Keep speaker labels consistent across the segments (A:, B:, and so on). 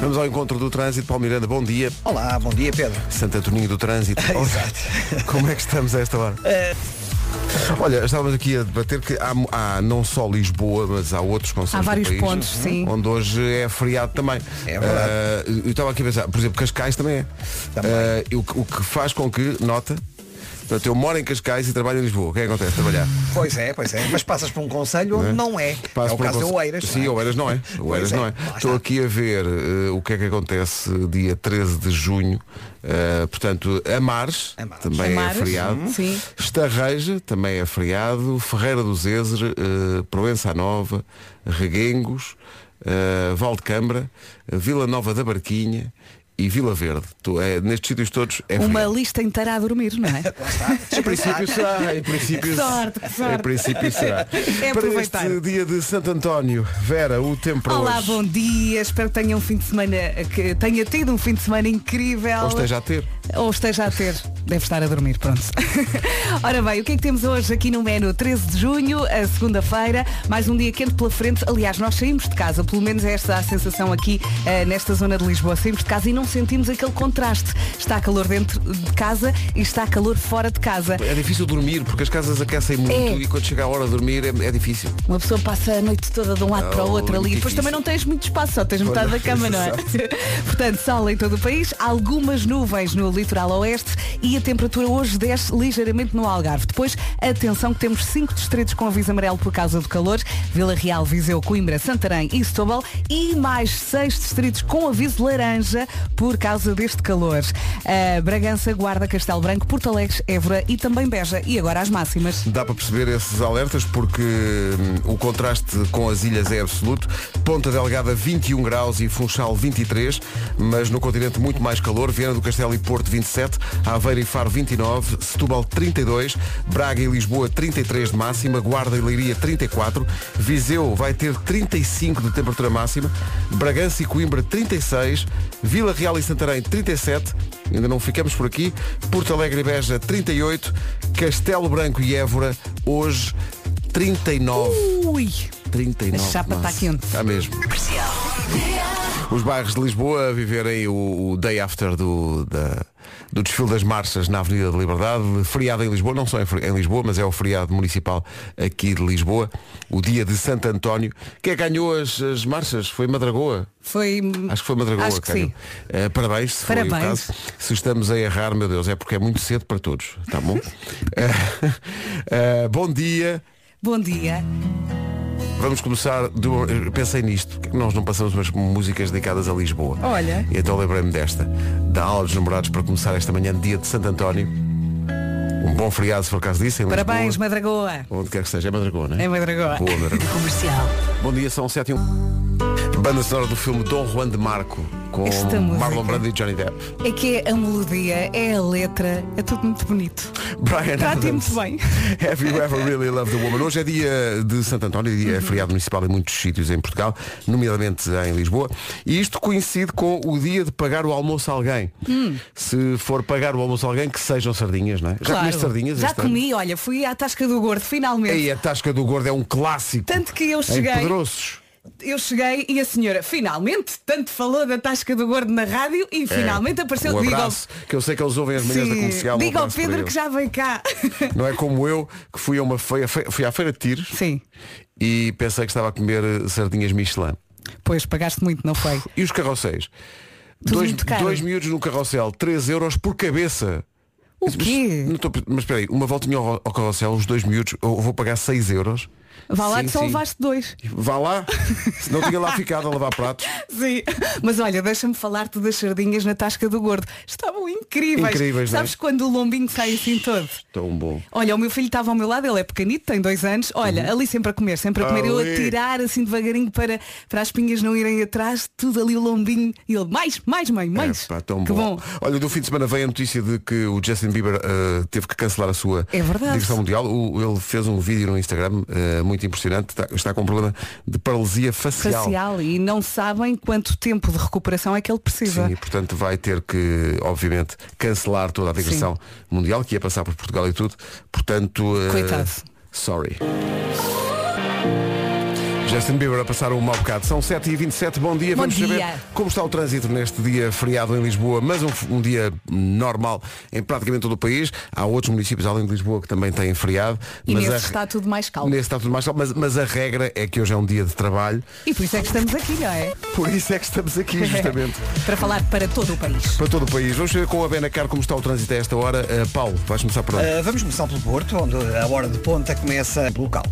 A: Vamos ao encontro do trânsito. Paulo Miranda, bom dia.
B: Olá, bom dia Pedro.
A: Santo Antoninho do Trânsito.
B: Exato.
A: Como é que estamos a esta hora? Olha, estávamos aqui a debater que há, há não só Lisboa, mas há outros conselhos
C: Há vários
A: do país,
C: pontos, sim.
A: Onde hoje é feriado também.
B: É verdade.
A: Ah, eu estava aqui a pensar, por exemplo, Cascais também é.
B: Também.
A: Ah, e o, que- o que faz com que, nota, portanto, eu moro em Cascais e trabalho em Lisboa. O que é que acontece? Trabalhar.
B: Pois é, pois é. Mas passas por um conselho onde não é.
A: Passo
B: é o
A: por um
B: caso de
A: conce-
B: Oeiras.
A: Sim,
B: não é?
A: Oeiras não é. Oeiras
B: Pois é,
A: não é. Estou
B: lá está.
A: aqui a ver eh, o que é que acontece dia 13 de junho. Eh, portanto, Amares,
B: Amares.
A: também
C: Amares,
A: é feriado.
C: sim.
A: Estarreja, também é feriado. Ferreira do Zezer, eh, Proença Nova, Reguengos, eh, Valdecâmara, Vila Nova da Barquinha e Vila Verde. Estou- é, nestes sítios todos é
C: Uma
A: feriado.
C: lista inteira a dormir, não é?
A: Em princípio será, em princípio,
C: Que sorte, que sorte.
A: Em princípio será.
C: É
A: Para
C: aproveitar.
A: este dia de Santo António, Vera, o tempo para
C: Olá,
A: hoje.
C: bom dia. Espero que tenha um fim de semana, que tenha tido um fim de semana incrível.
A: Ou esteja a ter.
C: Ou esteja a ter. Deve estar a dormir, pronto. Ora bem, o que é que temos hoje aqui no menu? 13 de junho, a segunda-feira, mais um dia quente pela frente. Aliás, nós saímos de casa, pelo menos esta é a sensação aqui eh, nesta zona de Lisboa. Saímos de casa e não sentimos aquele contraste. Está calor dentro de casa e está calor fora de casa.
A: É difícil dormir porque as casas aquecem muito
C: É.
A: e quando chega a hora de dormir é, é difícil.
C: Uma pessoa passa a noite toda de um lado para o
A: Oh,
C: outro ali.
A: muito
C: E depois
A: difícil.
C: também não tens muito espaço, só tens metade da cama, não é? Portanto, sol em todo o país, algumas nuvens no litoral oeste e a temperatura hoje desce ligeiramente no Algarve. Depois, atenção que temos cinco distritos com aviso amarelo por causa do calor. Vila Real, Viseu, Coimbra, Santarém e Setúbal e mais seis distritos com aviso laranja por causa deste calor. Ah, Bragança, Guarda, Castelo Branco, Porto Alegre, Évora e também Beja. E agora as máximas.
A: Dá para perceber esses alertas porque hum, o contraste com as ilhas é absoluto. Ponta Delgada 21 graus e Funchal 23, mas no continente muito mais calor. Viana do Castelo e Porto 27, Aveiro e Faro 29, Setúbal 32, Braga e Lisboa 33 de máxima, Guarda e Leiria 34, Viseu vai ter 35 de temperatura máxima, Bragança e Coimbra 36, Vila Real e Santarém 37, Ainda não ficamos por aqui. Porto Alegre e Beja 38, Castelo Branco e Évora hoje 39.
C: Ui!
A: 39.
C: A chapa
A: Nossa,
C: está quente.
A: Está Tá mesmo. Os bairros de Lisboa viverem o, o day after do, da- do desfile das marchas na Avenida da Liberdade. Feriado em Lisboa, não só em, feri- em Lisboa, mas é o feriado municipal aqui de Lisboa. O dia de Santo António. Quem é ganhou as, as marchas foi Madragoa.
C: Foi.
A: Acho que foi Madragoa,
C: Acho que
A: Caio.
C: sim.
A: Eh, parabéns, se foi o
C: Parabéns.
A: caso. Se estamos a errar, meu Deus, é porque é muito cedo para todos, tá bom? Eh, eh, bom dia.
C: Bom dia.
A: Hum, Vamos começar do. eu Pensei nisto, porque nós não passamos umas músicas dedicadas a Lisboa.
C: Olha.
A: E então lembrei-me desta. Da aula dos namorados para começar esta manhã, dia de Santo António. Um bom feriado, se for caso disso, em
C: Parabéns,
A: Lisboa.
C: Madragoa.
A: Onde quer que seja, é Madragoa, não é?
C: É Madragoa.
A: Boa, Madragoa.
C: Comercial.
A: Bom dia, são 7 e 1. Banda sonora do filme Dom Juan de Marco com
C: Esta música.
A: Marlon Brando e Johnny Depp.
C: É que é a melodia, é a letra, é tudo muito bonito.
A: Brian
C: Tratem-me
A: Adams.
C: bem.
A: Have you ever really loved a woman? Hoje é dia de Santo António, dia
C: Uhum.
A: é feriado municipal em muitos sítios em Portugal, nomeadamente em Lisboa. E isto coincide com o dia de pagar o almoço a alguém.
C: Hum.
A: Se for pagar o almoço a alguém, que sejam sardinhas, não é? Já comeste sardinhas?
C: Já
A: este ano?
C: comi, olha, fui à Tasca do Gordo, finalmente.
A: Ei, a tasca do gordo é um clássico.
C: Tanto que eu
A: Em
C: cheguei.
A: pedroços.
C: Eu cheguei e a senhora, finalmente, tanto falou da Tasca do Gordo na rádio e finalmente apareceu.
A: um
C: Diga ao-
A: abraço, que eu sei que eles ouvem as manhãs da
C: Sim,
A: comercial. um
C: diga ao
A: abraço para
C: Pedro que
A: eles.
C: já vem cá.
A: Não é como eu que fui a uma feira, fe- fui à feira de tiros
C: Sim.
A: e pensei que estava a comer eh, sardinhas Michelin.
C: Pois, pagaste muito, não foi?
A: E os carrosséis?
C: Tudo
A: Dois,
C: muito caro.
A: dois miúdos no carrossel, 3 euros por cabeça.
C: O
A: Mas-
C: quê?
A: Mas, não tô- mas espera aí, uma voltinha ao, ao carrossel, os dois miúdos, eu vou pagar 6 euros.
C: Vá lá
A: Sim,
C: que só
A: sim.
C: levaste dois.
A: Vá lá, se não tinha lá ficado a lavar pratos.
C: Sim, mas olha, deixa-me falar-te das sardinhas na tasca do gordo. Estavam incríveis.
A: Incríveis, não é?
C: Sabes quando o lombinho sai assim todo?
A: Tão bom.
C: Olha, o meu filho estava ao meu lado, ele é pequenito, tem dois anos. Olha, ali sempre a comer, sempre a comer. Eu
A: Uhum. Ali.
C: a tirar assim devagarinho para, para as espinhas não irem atrás, tudo ali o lombinho. E ele, mais, mais, mãe, mais.
A: Epá, É, tão
C: que
A: bom.
C: bom.
A: Olha, do fim de semana veio a notícia de que o Justin Bieber eh, teve que cancelar a sua
C: É verdade.
A: digressão mundial. O- ele fez um vídeo no Instagram eh, muito impressionante. Está, está com um problema de paralisia facial.
C: Facial e não sabem quanto tempo de recuperação é que ele precisa.
A: Sim, e portanto vai ter que, obviamente, cancelar toda a digressão mundial, que ia passar por Portugal e tudo. Portanto, eh,
C: Coitado.
A: sorry. Justin Bieber a passar um mau bocado. São 7h27, bom dia.
C: Bom
A: Vamos saber
C: dia.
A: como está o trânsito neste dia feriado em Lisboa, mas um, um dia normal em praticamente todo o país. Há outros municípios além de Lisboa que também têm feriado.
C: E
A: mas é
C: nesse é
A: a-
C: está tudo mais calmo.
A: nesse está tudo mais calmo, mas, mas a regra é que hoje é um dia de trabalho.
C: E por isso é que estamos aqui, não é?
A: Por isso é que estamos aqui, justamente.
C: Para falar para todo o país.
A: Para todo o país. Vamos ver com a Benacar como está o trânsito a esta hora. Uh, Paulo, vais começar por onde?
B: Ah, vamos começar pelo Porto, onde a hora de ponta começa pelo local.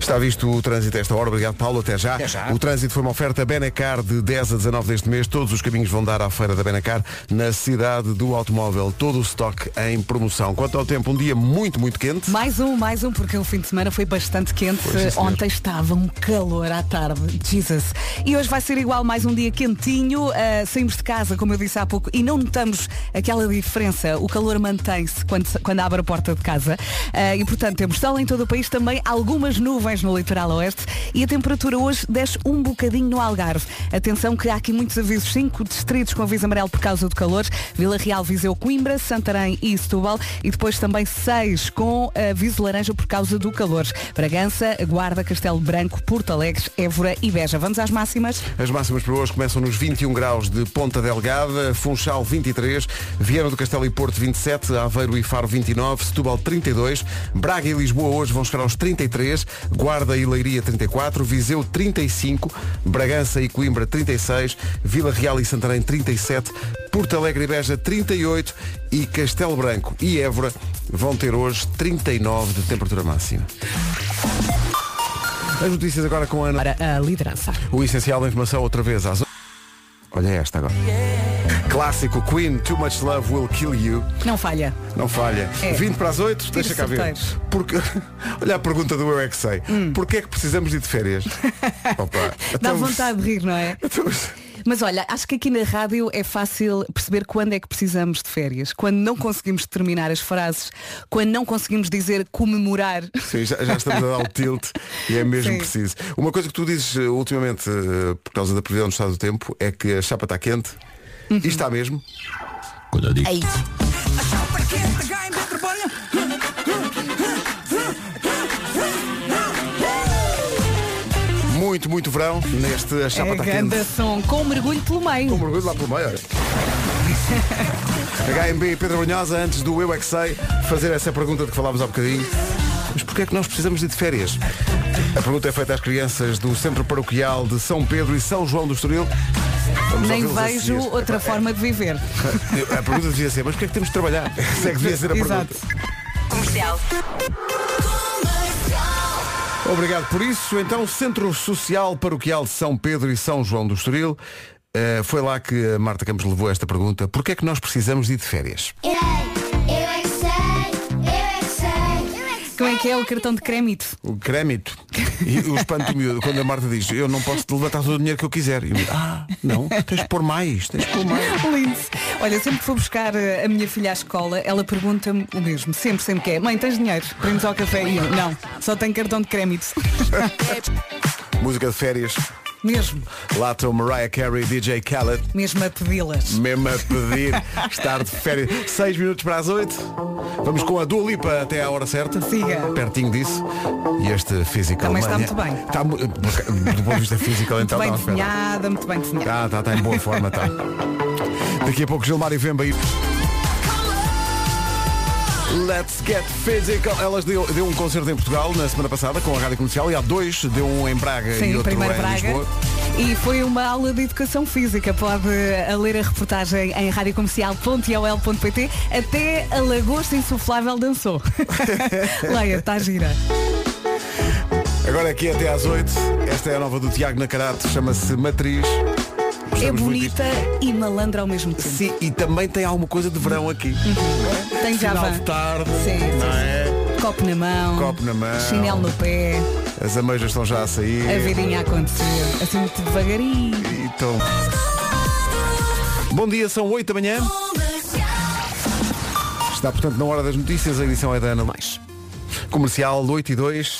A: Está visto o trânsito a esta hora. Obrigado, Paulo. Até já.
B: Até já.
A: O trânsito foi uma oferta Benacar de 10 a 19 deste mês. Todos os caminhos vão dar à feira da Benacar na cidade do automóvel. Todo o estoque em promoção. Quanto ao tempo, um dia muito, muito quente.
C: Mais um, mais um, porque o fim de semana foi bastante quente.
A: Pois, sim, senhor.
C: Ontem estava um calor à tarde. Jesus. E hoje vai ser igual mais um dia quentinho. Ah, saímos de casa, como eu disse há pouco, e não notamos aquela diferença. O calor mantém-se quando, se- quando abre a porta de casa. Ah, e portanto temos sol em todo o país, também algumas nuvens no litoral oeste. E a temperatura hoje desce um bocadinho no Algarve. Atenção que há aqui muitos avisos, cinco distritos com aviso amarelo por causa do calor. Vila Real, Viseu, Coimbra, Santarém e Setúbal. E depois também seis com aviso laranja por causa do calor. Bragança, Guarda, Castelo Branco, Porto Alegre, Évora e Beja. Vamos às máximas?
A: As máximas para hoje começam nos 21 graus de Ponta Delgada, Funchal 23, Viana do Castelo e Porto 27, Aveiro e Faro 29, Setúbal 32, Braga e Lisboa hoje vão chegar aos 33, Guarda e Leiria 34, Viseu 35, Bragança e Coimbra 36, Vila Real e Santarém 37, Porto Alegre e Beja 38 e Castelo Branco e Évora vão ter hoje 39 de temperatura máxima. As notícias agora com a Ana.
C: Para a liderança.
A: O essencial da informação outra vez às. Olha esta agora. Clássico Queen, Too Much Love Will Kill You.
C: Não falha.
A: Não falha.
C: É.
A: 20 para as 8, deixa cá ver.
C: certeiros.
A: Porque... Olha a pergunta do Eu é que sei. Porquê é que precisamos de ir de férias? Opa.
C: Hum. Dá
A: então-
C: vontade de rir, não é?
A: então-
C: Mas olha, acho que aqui na rádio é fácil perceber quando é que precisamos de férias, quando não conseguimos terminar as frases, quando não conseguimos dizer comemorar.
A: Sim, já, já estamos a dar o tilt e é mesmo
C: Sim.
A: preciso. Uma coisa que tu dizes eh, ultimamente, eh, por causa da previsão do estado do tempo, é que a chapa está quente.
C: Uhum.
A: E está mesmo.
C: Aí.
A: Muito, muito verão. Neste a chapa
C: É
A: está tá quente.
C: ganda som, com um mergulho pelo
A: Um
C: meio.
A: mergulho lá pelo meio. olha. HMB e Pedro Brunhosa, antes do Eu é que sei, fazer essa pergunta de que falámos há bocadinho. Mas porquê é que nós precisamos de ir de férias? A pergunta é feita às crianças do Centro Paroquial de São Pedro e São João do Estoril. Vamos
C: Nem
A: ouvi-los a
C: vejo
A: seguir.
C: outra forma de viver.
A: A pergunta devia ser, mas porquê é que temos de trabalhar? Essa é que devia ser a pergunta.
C: Exato.
A: Obrigado por isso. Então, Centro Social Paroquial de São Pedro e São João do Estoril. Eh, foi lá que a Marta Campos levou esta pergunta. Porquê é que nós precisamos de ir de férias?
D: Eu é que sei, eu é que sei, eu é que sei.
C: Como é que é o cartão de crémito?
A: O crémito e o espanto miúdo quando a Marta diz eu não posso te levantar todo o dinheiro que eu quiser e eu digo, ah não tens de pôr mais tens de pôr mais
C: Lindo. Olha, sempre que vou buscar eh, a minha filha à escola, ela pergunta-me o mesmo. Sempre, sempre que é. Mãe, tens dinheiro? Vamos ao café? E eu, não, só tenho cartão de crémito.
A: música de férias
C: Mesmo,
A: lá estão Mariah Carey DJ Khaled
C: mesmo a pedi-las.
A: mesmo a pedir estar de férias 6 minutos para as 8 vamos com a Dua Lipa até à hora certa
C: Siga.
A: pertinho disso e este físico
C: Também está muito bem.
A: está mu- do ponto de vista físico
C: Muito
A: então
C: bem
A: está uma fera.
C: desenhada, muito bem desenhada.
A: Tá, tá, tá em boa forma, tá. Daqui a pouco Gilmar e Vemba aí. Let's get physical. Elas deu, deu um concerto em Portugal na semana passada com a Rádio Comercial e há dois, deu um em Braga e
C: Sim,
A: outro
C: primeiro
A: em
C: Braga.
A: Lisboa.
C: E foi uma aula de educação física. Pode eh, ler a reportagem em radiocomercial.iol.pt até a lagosta insuflável dançou. Leia, está gira.
A: Agora aqui até às 8. Esta é a nova do Tiago Nacarato, chama-se Matriz.
C: É
A: Gostamos muito
C: bonita e malandra ao mesmo
A: disto.
C: tempo.
A: Sim, e também tem alguma coisa de verão aqui.
C: Uhum. Tem já
A: Final
C: van.
A: de tarde,
C: Sim, sim,
A: não
C: sim.
A: é?
C: Copo na mão.
A: Copo na mão.
C: Chinelo no pé.
A: As ameijas estão já a sair.
C: A vidinha a acontecer. Assim muito devagarinho.
A: Então. Bom dia, são 8 da manhã. Está, portanto, na hora das notícias, a edição é da Ana Mais. Comercial 8 e 2.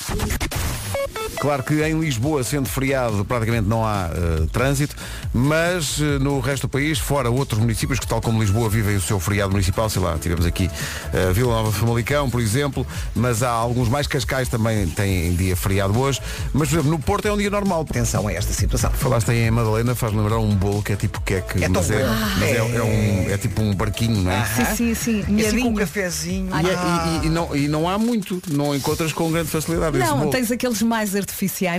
A: Claro que em Lisboa, sendo feriado, praticamente não há eh, trânsito, mas eh, no resto do país, fora outros municípios que, tal como Lisboa, vivem o seu feriado municipal, sei lá, tivemos aqui eh, Vila Nova de Famalicão, por exemplo, mas há alguns mais, Cascais também têm dia feriado hoje, mas, por exemplo, no Porto é um dia normal.
B: Atenção a esta situação.
A: Falaste aí em Madalena, faz lembrar um bolo que é tipo queque,
B: É tão
A: mas, é,
B: bom.
A: mas é- é um- é tipo um barquinho, não é?
C: Sim, sim,
B: E
C: sim.
B: assim com um
C: Miadinho.
B: cafezinho.
A: E, é-
B: Ah,
A: e- e- e não, e não há muito, não encontras com grande facilidade. esse
C: Não,
A: bolo.
C: tens aqueles mais artificiais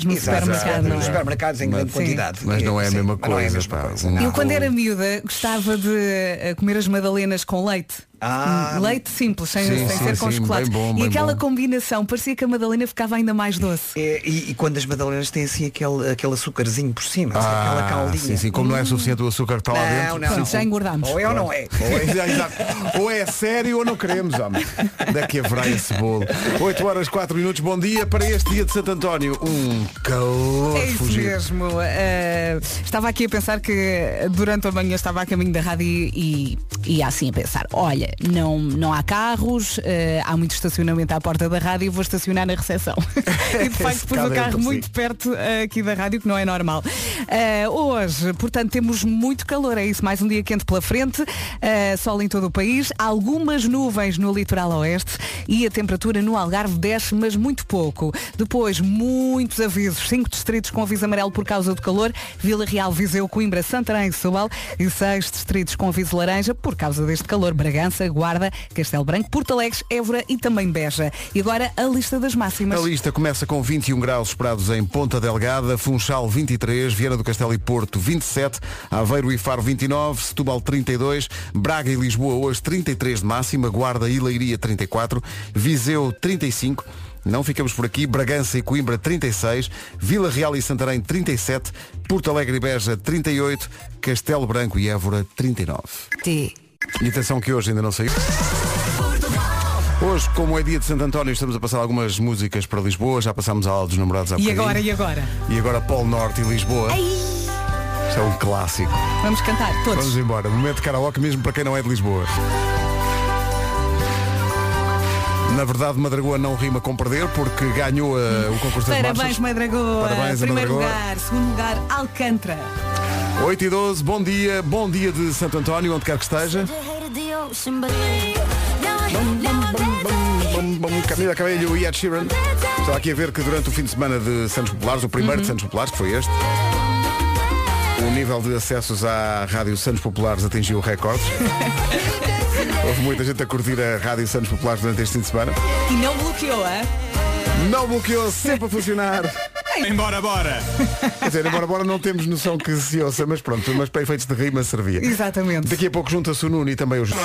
C: no
B: Exato,
C: supermercado,
B: exato.
C: não
B: Nos
C: é?
B: supermercados em grande
A: Mas-
B: quantidade.
A: Mas não é a
B: Sim,
A: mesma
B: mas não é a
A: coisa,
B: mesma
A: pá.
B: coisa.
A: Não.
C: Eu quando era miúda gostava de eh, comer as madalenas com leite.
B: Ah.
C: Hum, leite simples, sem,
A: Sim,
C: sem
A: sim,
C: ser com
A: sim,
C: chocolate.
A: bem bom,
C: e
A: bem
C: aquela
A: bom.
C: combinação, parecia que a madalena ficava ainda mais doce.
B: É, e, e quando as madalenas têm assim aquele, aquele açúcarzinho por cima, assim, aquela
A: Ah,
B: caldinha. Hum.
A: sim, sim, como não é suficiente o açúcar que está lá dentro.
B: Não, não, não.
C: Portanto, já engordámos.
B: Ou é ou não é?
A: Ou é, exato. ou é sério ou não queremos, homem. Onde é que haverá esse bolo? 8 horas 4 minutos, bom dia para este dia de Santo António. Um calor
C: É isso
A: fugido.
C: mesmo. Eh, estava aqui a pensar que durante a manhã estava a caminho da rádio e, e ia assim a pensar, olha, não, não há carros, eh, há muito estacionamento à porta da rádio e vou estacionar na recepção. e de facto pus o
A: Escada
C: carro
A: entre si.
C: muito perto eh, aqui da rádio, que não é normal. Eh, hoje, portanto, temos muito calor, é isso, mais um dia quente pela frente, eh, sol em todo o país, algumas nuvens no litoral oeste e a temperatura no Algarve desce, mas muito pouco. Depois, muitos avisos, cinco distritos com aviso amarelo por causa do calor, Vila Real, Viseu, Coimbra, Santarém e Setúbal e seis distritos com aviso laranja por causa deste calor, Bragança, Guarda, Castelo Branco, Porto Alegre, Évora e também Beja. E agora a lista das máximas.
A: A lista começa com 21 graus esperados em Ponta Delgada, Funchal 23, Viana do Castelo e Porto 27, Aveiro e Faro 29, Setúbal 32, Braga e Lisboa hoje 33 de máxima, Guarda e Leiria 34, Viseu 35, não ficamos por aqui, Bragança e Coimbra 36, Vila Real e Santarém 37, Porto Alegre e Beja 38, Castelo Branco e Évora 39.
C: T.
A: E atenção que hoje ainda não saiu. Hoje, como é dia de Santo António, estamos a passar algumas músicas para Lisboa, já passámos a aula dos namorados há
C: E
A: bocadinho.
C: agora, e agora?
A: E agora Polo Norte e Lisboa. Isto é um clássico.
C: Vamos cantar todos.
A: Vamos embora. Momento de karaoke mesmo para quem não é de Lisboa. Na verdade, Madragoa não rima com perder porque ganhou eh, o concurso das
C: Parabéns,
A: marchas.
C: Madragoa.
A: Parabéns,
C: Primeiro
A: Madragoa.
C: lugar, segundo lugar, Alcântara.
A: 8 e 12, bom dia, bom dia de Santo António, onde quer que esteja. Bom, bom, Camila Cabello e Ed Sheeran. Estava aqui a ver que durante o fim de semana de Santos Populares, o primeiro de Santos Populares, que foi este, o nível de acessos à Rádio Santos Populares atingiu recordes. Houve muita gente a curtir a Rádio Santos Populares durante este fim de semana.
C: E não bloqueou, hã?
A: Não bloqueou, sempre a funcionar.
E: Embora, bora!
A: Quer dizer, embora, embora não temos noção que se ouça, mas pronto, mas para efeitos de rima servia.
C: Exatamente.
A: Daqui a pouco junta-se o Nuno e também o Jorge.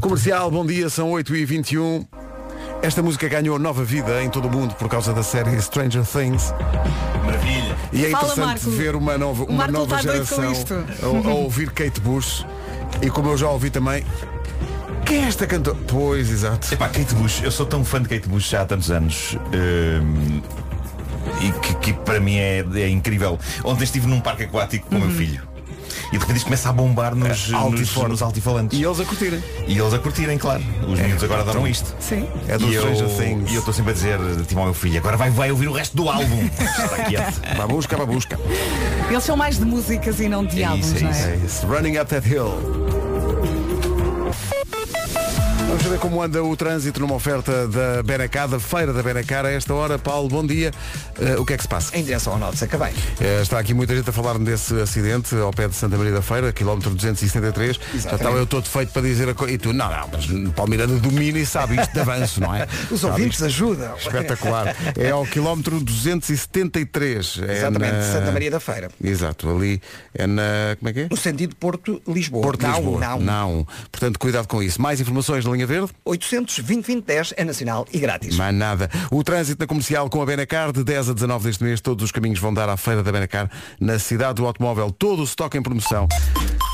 A: Comercial, bom dia, são 8h21. Esta música ganhou nova vida em todo o mundo por causa da série Stranger Things.
E: Maravilha!
A: E é
C: Fala,
A: interessante
C: Marco.
A: ver uma nova, uma
C: Marco
A: nova
C: está doido com
A: geração
C: isto.
A: a, a ouvir Kate Bush. E como eu já ouvi também. Quem é esta cantora? Pois, exato.
E: Epá, Kate Bush, eu sou tão fã de Kate Bush já há tantos anos. hum, e que, que para mim é, é incrível. Ontem estive num parque aquático com
A: Uhum.
E: o meu filho. E de repente isto começa a bombar
A: É,
E: nos, nos,
A: altifone.
E: nos altifalantes.
A: E eles a curtirem.
E: E eles a curtirem, claro. Os miúdos agora adoram isto.
C: Sim.
A: É do
E: e eu
A: Stranger Things.
E: e eu estou sempre a dizer tipo, ao meu filho, agora vai, vai ouvir o resto do álbum. Está quieto.
A: Babusca, babusca.
C: Eles são mais de músicas e não de
E: É
C: álbuns,
E: isso, é
C: não
E: isso.
A: É isso. Running Up That Hill. Vamos saber como anda o trânsito numa oferta da Benacar, da feira da Benacar. A esta hora, Paulo, bom dia. Eh, o que é que se passa?
B: Em direção ao norte, acabei.
A: Eh, está aqui muita gente a falar desse acidente ao pé de Santa Maria da Feira, quilómetro 273. Já estava eu todo feito para dizer a coisa. E tu, não, não, mas Paulo Miranda domina e sabe isto de avanço, não é?
B: Os
A: Sabe
B: ouvintes
A: isto.
B: ajudam.
A: Espetacular. É ao quilómetro 273. É
B: Exatamente,
A: na-
B: Santa Maria da Feira.
A: Exato, ali é na. Como é que é?
B: No sentido Porto-Lisboa.
A: Porto
B: não,
A: Lisboa.
B: não.
A: Portanto, cuidado com isso. Mais informações na linha verde?
B: 820-2010 é nacional e grátis.
A: Mais nada. O trânsito na comercial com a Benacar, de 10 a 19 deste mês, todos os caminhos vão dar à feira da Benacar, na cidade do automóvel. Todo o estoque em promoção.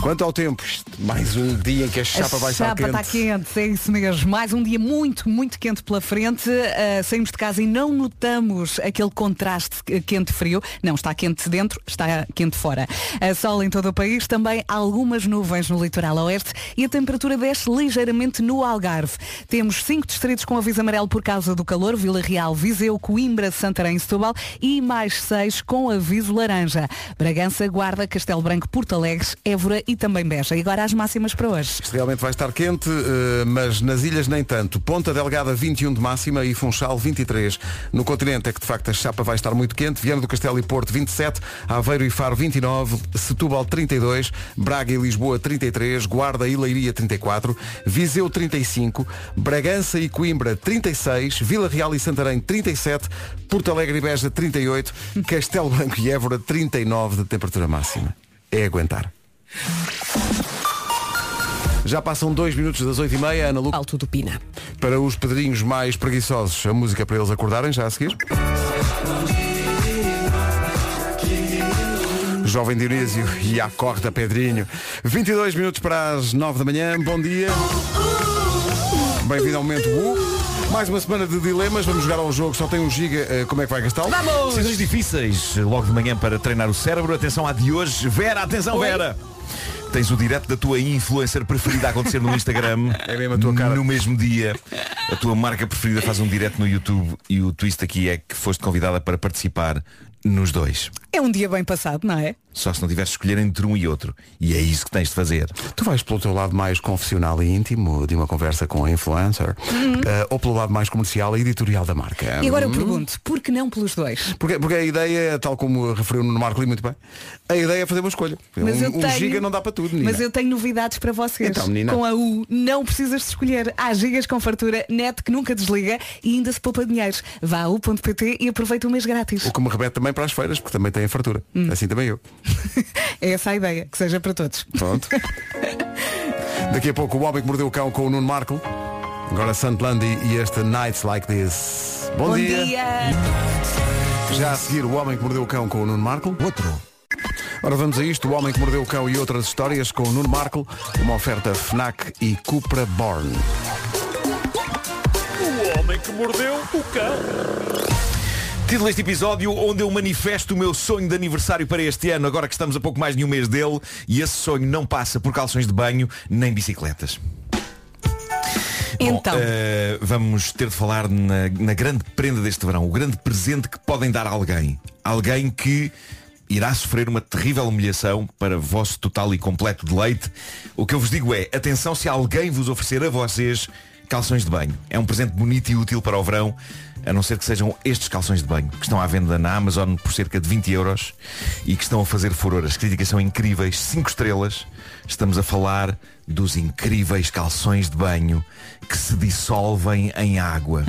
A: Quanto ao tempo, mais um dia em que a
C: A
A: chapa vai estar
C: chapa
A: quente.
C: está quente, é isso mesmo. Mais um dia muito, muito quente pela frente. Ah, saímos de casa e não notamos aquele contraste eh, quente-frio. Não, está quente dentro, está quente fora. A sol em todo o país, também há algumas nuvens no litoral oeste e a temperatura desce ligeiramente no Algarve. Temos cinco distritos com aviso amarelo por causa do calor, Vila Real, Viseu, Coimbra, Santarém e Setúbal e mais seis com aviso laranja. Bragança, Guarda, Castelo Branco, Porto Alegre, Évora e também Beja. E agora as máximas para hoje.
A: Isto realmente vai estar quente, eh, mas nas ilhas nem tanto. Ponta Delgada 21 de máxima e Funchal 23. No continente é que de facto a chapa vai estar muito quente. Viana do Castelo e Porto 27, Aveiro e Faro 29, Setúbal 32, Braga e Lisboa 33, Guarda e Leiria 34, Viseu 35, Bragança e Coimbra 36, Vila Real e Santarém 37, Porto Alegre e Beja 38, Castelo Branco e Évora 39 de temperatura máxima. É aguentar. Já passam dois minutos das 8h30, Ana Lu.
F: Alto do Pina.
A: Para os pedrinhos mais preguiçosos, a música é para eles acordarem já a seguir. Jovem Dionísio e acorda Pedrinho. 22 minutos para as 9 da manhã. Bom dia. Bem-vindo ao momento U. Mais uma semana de dilemas. Vamos jogar ao jogo. Só tem um giga. eh, Como é que vai gastá-lo?
E: Decisões difíceis eh, logo de manhã para treinar o cérebro. Atenção à de hoje. Vera, atenção, Vera! Tens o direto da tua influencer preferida a acontecer no Instagram.
A: É mesmo a tua cara.
E: No mesmo dia. A tua marca preferida faz um direto no YouTube e o twist aqui é que foste convidada para participar nos dois.
C: É um dia bem passado, não é?
E: Só se não tivesse de escolher entre um e outro. E é isso que tens de fazer.
A: Tu vais pelo teu lado mais confessional e íntimo de uma conversa com a influencer eh, ou pelo lado mais comercial e editorial da marca.
C: Uhum. E agora eu pergunto, por que não pelos dois?
A: Porque, porque a ideia, tal como referiu no Marco Lima muito bem, a ideia é fazer uma escolha.
C: Mas
A: um,
C: eu
A: um
C: tenho-
A: giga não dá para tudo, menina.
C: Mas eu tenho novidades para vocês.
A: Então, menina.
C: Com a U, não precisas de escolher. Há gigas com fartura, net que nunca desliga e ainda se poupa dinheiros. Vá a U.pt e aproveita o mês grátis.
A: O que me remete também para as feiras, porque também tem a fartura.
C: Hum.
A: Assim também eu.
C: É essa a ideia, que seja para todos.
A: Pronto. Daqui a pouco o Homem que Mordeu o Cão com o Nuno Marco. Agora Santlandi e este Nights Like This. Bom, Já a seguir, o Homem que Mordeu o Cão com o Nuno Marco. Outro. Ora vamos a isto, o Homem que Mordeu o Cão e outras histórias com o Nuno Marco, uma oferta FNAC e Cupra Born.
E: Título deste episódio onde eu manifesto o meu sonho de aniversário para este ano, agora que estamos a pouco mais de um mês dele, e esse sonho não passa por calções de banho nem bicicletas. Bom,
C: Então,
E: eh, vamos ter de falar na, na grande prenda deste verão, o grande presente que podem dar a alguém. Alguém que irá sofrer uma terrível humilhação para vosso total e completo deleite. O que eu vos digo é, atenção se alguém vos oferecer a vocês calções de banho. É um presente bonito e útil para o verão, a não ser que sejam estes calções de banho, que estão à venda na Amazon por cerca de 20 euros e que estão a fazer furor. As críticas são incríveis, 5 estrelas. Estamos a falar dos incríveis calções de banho que se dissolvem em água.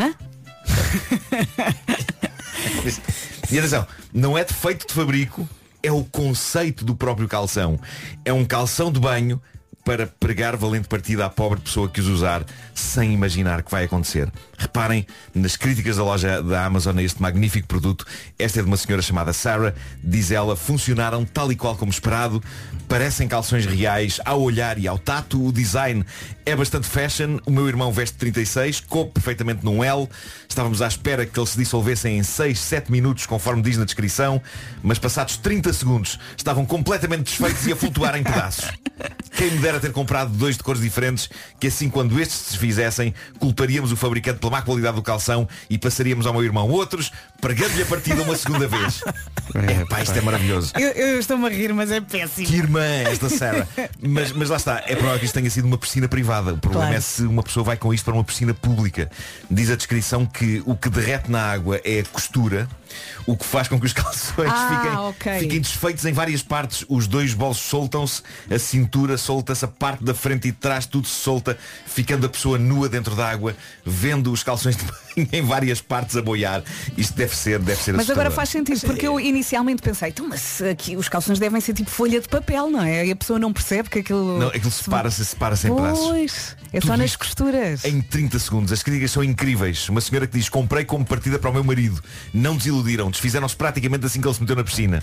E: E atenção, não é defeito de fabrico, é o conceito do próprio calção. É um calção de banho para pregar valente partida à pobre pessoa que os usar sem imaginar que vai acontecer. Reparem nas críticas da loja da Amazon a este magnífico produto. Esta é de uma senhora chamada Sarah. Diz ela, funcionaram tal e qual como esperado. Parecem calções reais ao olhar e ao tato. O design é bastante fashion. O meu irmão veste 36, coube perfeitamente num L. Estávamos à espera que eles se dissolvessem em 6, 7 minutos, conforme diz na descrição, mas passados 30 segundos estavam completamente desfeitos e a flutuar em pedaços. Quem me dera ter comprado dois de cores diferentes, que assim quando estes se desfizessem, culparíamos o fabricante pela má qualidade do calção e passaríamos ao meu irmão outros, pregando-lhe a partida uma segunda vez. É, pá, isto é maravilhoso.
C: eu, eu estou-me a rir, mas é péssimo.
E: Que irmã é esta Sarah? mas, mas lá está, é provável que isto tenha sido uma piscina privada. O problema
C: Claro.
E: é se uma pessoa vai com isto para uma piscina pública. Diz a descrição que o que derrete na água é a costura, o que faz com que os calções
C: Ah,
E: fiquem,
C: ok.
E: fiquem desfeitos em várias partes. Os dois bolsos soltam-se, a cintura solta-se, a parte da frente e de trás tudo se solta, ficando a pessoa nua dentro da água, vendo os calções de banho em várias partes a boiar. Isto deve ser, deve ser
C: Mas agora
E: assustador.
C: faz sentido, porque eu inicialmente pensei, então, mas aqui os calções devem ser tipo folha de papel, não é? E a pessoa não percebe que aquilo.
E: Não, aquilo separa-se, separa-se em pedaços.
C: Pois, É
E: é Tudo
C: só nas
E: isto É
C: costuras.
E: Em 30 segundos, as críticas são incríveis. Uma senhora que diz, comprei como partida para o meu marido. Não desiludiram, desfizeram-se praticamente assim que ele se meteu na piscina.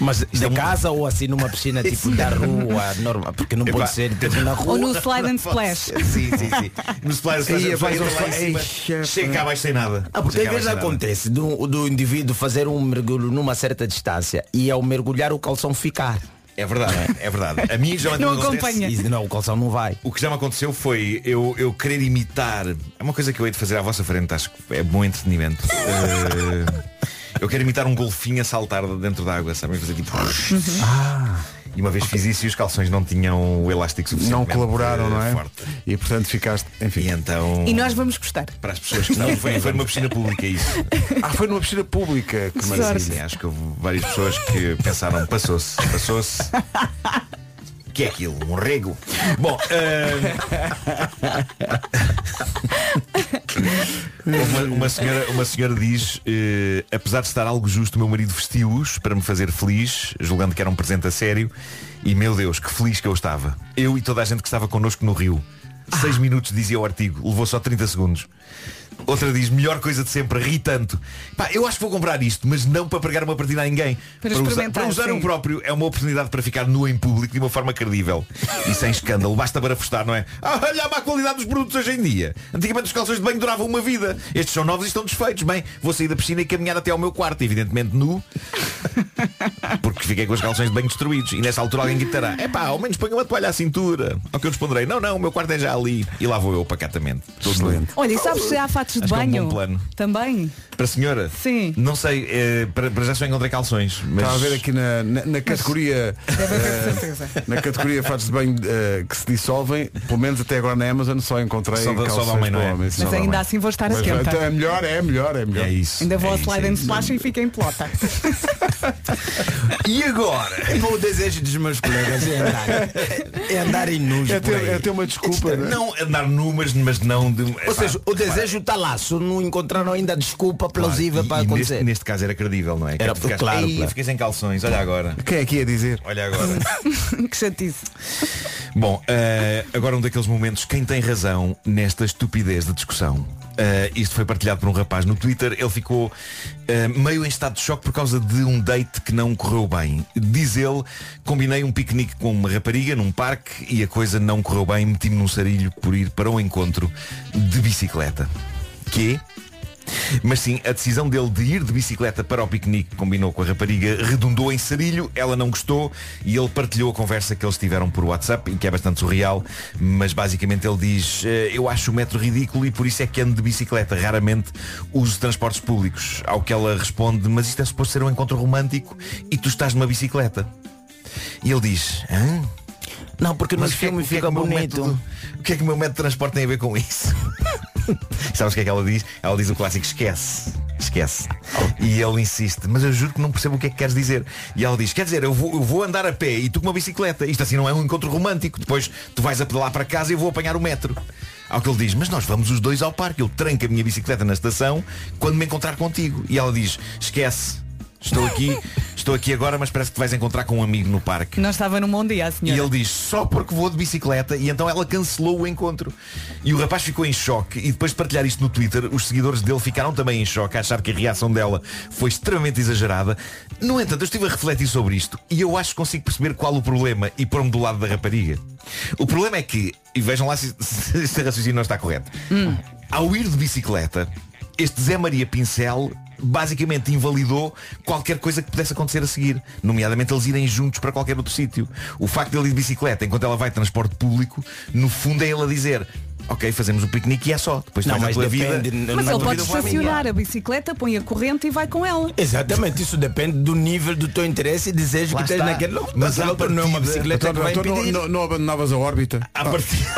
F: Mas
E: é
F: da
E: um-
F: casa ou assim numa piscina tipo da rua, normal, porque não
E: Epá.
F: pode ser tipo, na rua.
C: Ou no slide and splash.
E: Sim, sim, sim. No splash,
A: Aí,
E: splash,
A: vais ao
E: entra lá em
A: splash.
E: cima,
A: Eixa,
E: Chega cá abaixo sem nada.
F: um Ah, porque
E: Chega
F: às
E: cá
F: vezes
E: abaixo sem é nada.
F: acontece do, do indivíduo fazer um mergulho numa certa distância e ao mergulhar o calção ficar.
E: É verdade, é verdade. A mim já
C: Não
E: acontece.
C: acompanha.
F: E não, o calção não vai.
E: O que já me aconteceu foi eu, eu querer imitar. É uma coisa que eu hei de fazer à vossa frente, acho que é bom entretenimento. Eh, eu quero imitar um golfinho a saltar dentro da água, sabem? Fazer tipo.
A: Uhum.
E: Ah. E uma vez fiz isso e os calções não tinham o elástico suficiente.
A: Não colaboraram, não é?
E: Forte.
A: E portanto ficaste,
E: E
A: enfim.
E: então.
C: E nós vamos gostar.
E: Para as pessoas que não. Foi, foi numa piscina pública é isso.
A: Ah, foi numa piscina pública que
E: Mas
A: maravilha.
E: assim, acho que houve várias pessoas que pensaram, passou-se, passou-se. que é aquilo? Um rego? Bom, ahm, uma, uma senhora, uma senhora diz, eh, apesar de estar algo justo, o meu marido vestiu-os para me fazer feliz, julgando que era um presente a sério, e meu Deus, que feliz que eu estava. Eu e toda a gente que estava connosco no Rio. Seis minutos dizia o artigo, levou só 30 segundos. Outra diz, melhor coisa de sempre, ri tanto. Pá, eu acho que vou comprar isto, mas não para pregar uma partida a ninguém.
C: Para
E: usar,
C: experimentar,
E: para usar
C: sim.
E: um próprio é uma oportunidade para ficar nu em público de uma forma credível e sem escândalo. Basta barafustar, não é? Ah, olha a má qualidade dos produtos hoje em dia. Antigamente os calções de banho duravam uma vida. Estes são novos e estão desfeitos. Bem, vou sair da piscina e caminhar até ao meu quarto, evidentemente nu, porque fiquei com os calções de banho destruídos. E nessa altura alguém gritará, é pá, ao menos ponha uma toalha à cintura. Ao que eu responderei, não, não, o meu quarto é já ali. E lá vou eu pacatamente. Todo nu.
C: Olha, e sabes se há fatos de
E: Acho que é um
C: banho?
E: bom plano.
C: Também.
E: Para a senhora?
C: Sim.
E: Não sei, eh, para, para já só encontrei calções. Mas...
A: Estava a ver aqui na, na, na categoria
C: Deve haver
A: eh,
C: É de certeza.
A: Na categoria fatos de banho eh, que se dissolvem Pelo menos até agora na Amazon só encontrei
E: Só da- só
A: calções
E: da homem, não é?
A: para homem, sim.
E: Só
C: Mas
E: dá
C: ainda
E: bem.
C: assim vou estar
A: Mas,
C: atenta.
A: então, é melhor, é melhor, é melhor
E: É isso.
C: Ainda vou
E: é
C: ao
E: isso,
C: slide
E: é
C: and
E: isso.
C: splash e fico em pelota.
E: E agora?
F: É para o desejo dos meus colegas é andar. É andar em nus.
A: É
F: por
A: ter,
F: aí.
A: é ter uma desculpa não é?
E: Não andar numas, mas não de.
F: Ou seja, o desejo está lá, só não encontraram ainda desculpa plausível para acontecer.
E: Neste, neste caso era credível, não é?
F: Era,
E: Que tu ficaste,
F: claro,
E: "Ei,
F: claro."
E: fiquei sem calções, olha agora.
A: Quem é que ia dizer?
E: Olha agora.
C: que chatice.
E: Bom, eh, agora um daqueles momentos, quem tem razão nesta estupidez de discussão? Eh, isto foi partilhado por um rapaz no Twitter. Ele ficou eh, meio em estado de choque por causa de um date que não correu bem. Diz ele, combinei um piquenique com uma rapariga num parque e a coisa não correu bem. Meti-me num sarilho por ir para um encontro de bicicleta. Que? Mas sim, a decisão dele de ir de bicicleta para o piquenique que combinou com a rapariga redundou em sarilho, ela não gostou e ele partilhou a conversa que eles tiveram por WhatsApp e que é bastante surreal, mas basicamente ele diz "Eh, eu acho o metro ridículo e por isso é que ando de bicicleta, raramente uso transportes públicos. Ao que ela responde, mas isto é suposto ser um encontro romântico e tu estás numa bicicleta. E ele diz, Hã?
F: Não, porque
E: Mas
F: nos
E: o que é que-
F: filmes
E: o que é que
F: fica
E: o meu
F: bonito.
E: método- O que é que o meu método de transporte tem a ver com isso? Sabes o que é que ela diz? Ela diz o clássico esquece. Esquece. E ele insiste, mas eu juro que não percebo o que é que queres dizer. E ela diz, quer dizer, eu vou, eu vou andar a pé e tu com uma bicicleta. Isto assim não é um encontro romântico. Depois tu vais a pedalar para casa e eu vou apanhar o metro. Ao que ele diz, mas nós vamos os dois ao parque. Eu tranco a minha bicicleta na estação quando me encontrar contigo. E ela diz, esquece. Estou aqui, estou aqui agora, mas parece que te vais encontrar com um amigo no parque.
C: Não estava num bom dia, a
E: E
C: senhora.
E: ele diz, só porque vou de bicicleta E então ela cancelou o encontro E o rapaz ficou em choque E depois de partilhar isto no Twitter Os seguidores dele ficaram também em choque A achar que a reação dela foi extremamente exagerada No entanto, eu estive a refletir sobre isto E eu acho que consigo perceber qual o problema E pôr-me do lado da rapariga O problema é que, e vejam lá se, se este raciocínio não está correto Ao ir de bicicleta Este Zé Maria Pincel basicamente invalidou qualquer coisa que pudesse acontecer a seguir, nomeadamente eles irem juntos para qualquer outro sítio. O facto dele ir de bicicleta enquanto ela vai de transporte público, no fundo é ele a dizer, ok, fazemos o piquenique e é só, depois
F: Não,
E: faz a
F: mas
E: tua
F: depende,
E: vida.
F: não-
C: Mas
F: não-
C: ele
E: tua
C: pode
E: vida vai à minha.
C: estacionar a bicicleta, põe a corrente e vai com ela.
F: Exatamente, isso depende do nível do teu interesse e desejo
E: Lá
F: que tens
E: está.
F: naquele local.
E: Mas à
F: não é uma
E: partida-
F: bicicleta
A: Então,
F: que vai
A: então
E: um
A: não,
F: impedir. Ah,
A: não- não abandonavas a órbita
E: À partida...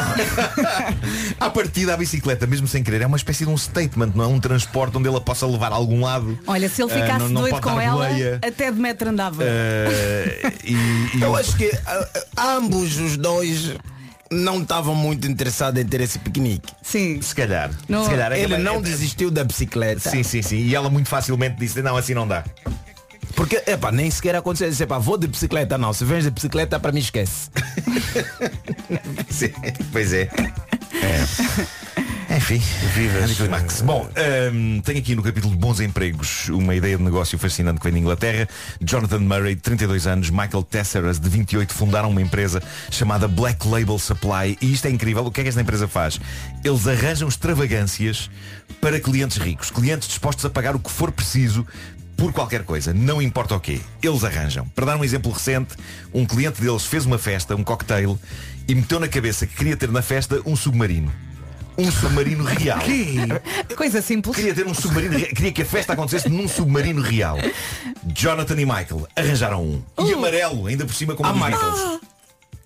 E: à partida, a bicicleta, mesmo sem querer, é uma espécie de um statement, não é um transporte onde ela possa levar a algum lado.
C: Olha, se ele
E: Ah,
C: ficasse
E: não- não
C: doido
E: pode
C: com
E: dar
C: ela,
E: boleia.
C: até de metro andava.
E: Ah, e, e
F: Eu acho que ah, ah, ambos os dois não estavam muito interessados em ter esse piquenique.
C: Sim.
E: se calhar,
C: Não,
E: se calhar é
F: Ele
E: capaz-
F: não desistiu da bicicleta.
E: Sim, sim, sim. E ela muito facilmente disse, não, assim não dá.
F: Porque, epá, nem sequer aconteceu. Disse, epá, vou de bicicleta, não. Se vens de bicicleta, para mim esquece.
E: Sim, pois é.
F: Enfim.
E: Anticlimax. Bom, hum, tem aqui no capítulo de Bons Empregos uma ideia de negócio fascinante que vem da Inglaterra. Jonathan Murray, 32 anos, Michael Tesseras, de 28, fundaram uma empresa chamada Black Label Supply. E isto é incrível. O que é que esta empresa faz? Eles arranjam extravagâncias para clientes ricos, clientes dispostos a pagar o que for preciso por qualquer coisa, não importa o quê, eles arranjam. Para dar um exemplo recente, um cliente deles fez uma festa, um cocktail, e meteu na cabeça que queria ter na festa um submarino. Um submarino real.
C: Coisa simples.
E: Queria ter um submarino real. Queria que a festa acontecesse num submarino real. Jonathan e Michael arranjaram um. E amarelo, ainda por cima, como
F: Uh. Ah,
E: os
F: Michael.
E: Beatles.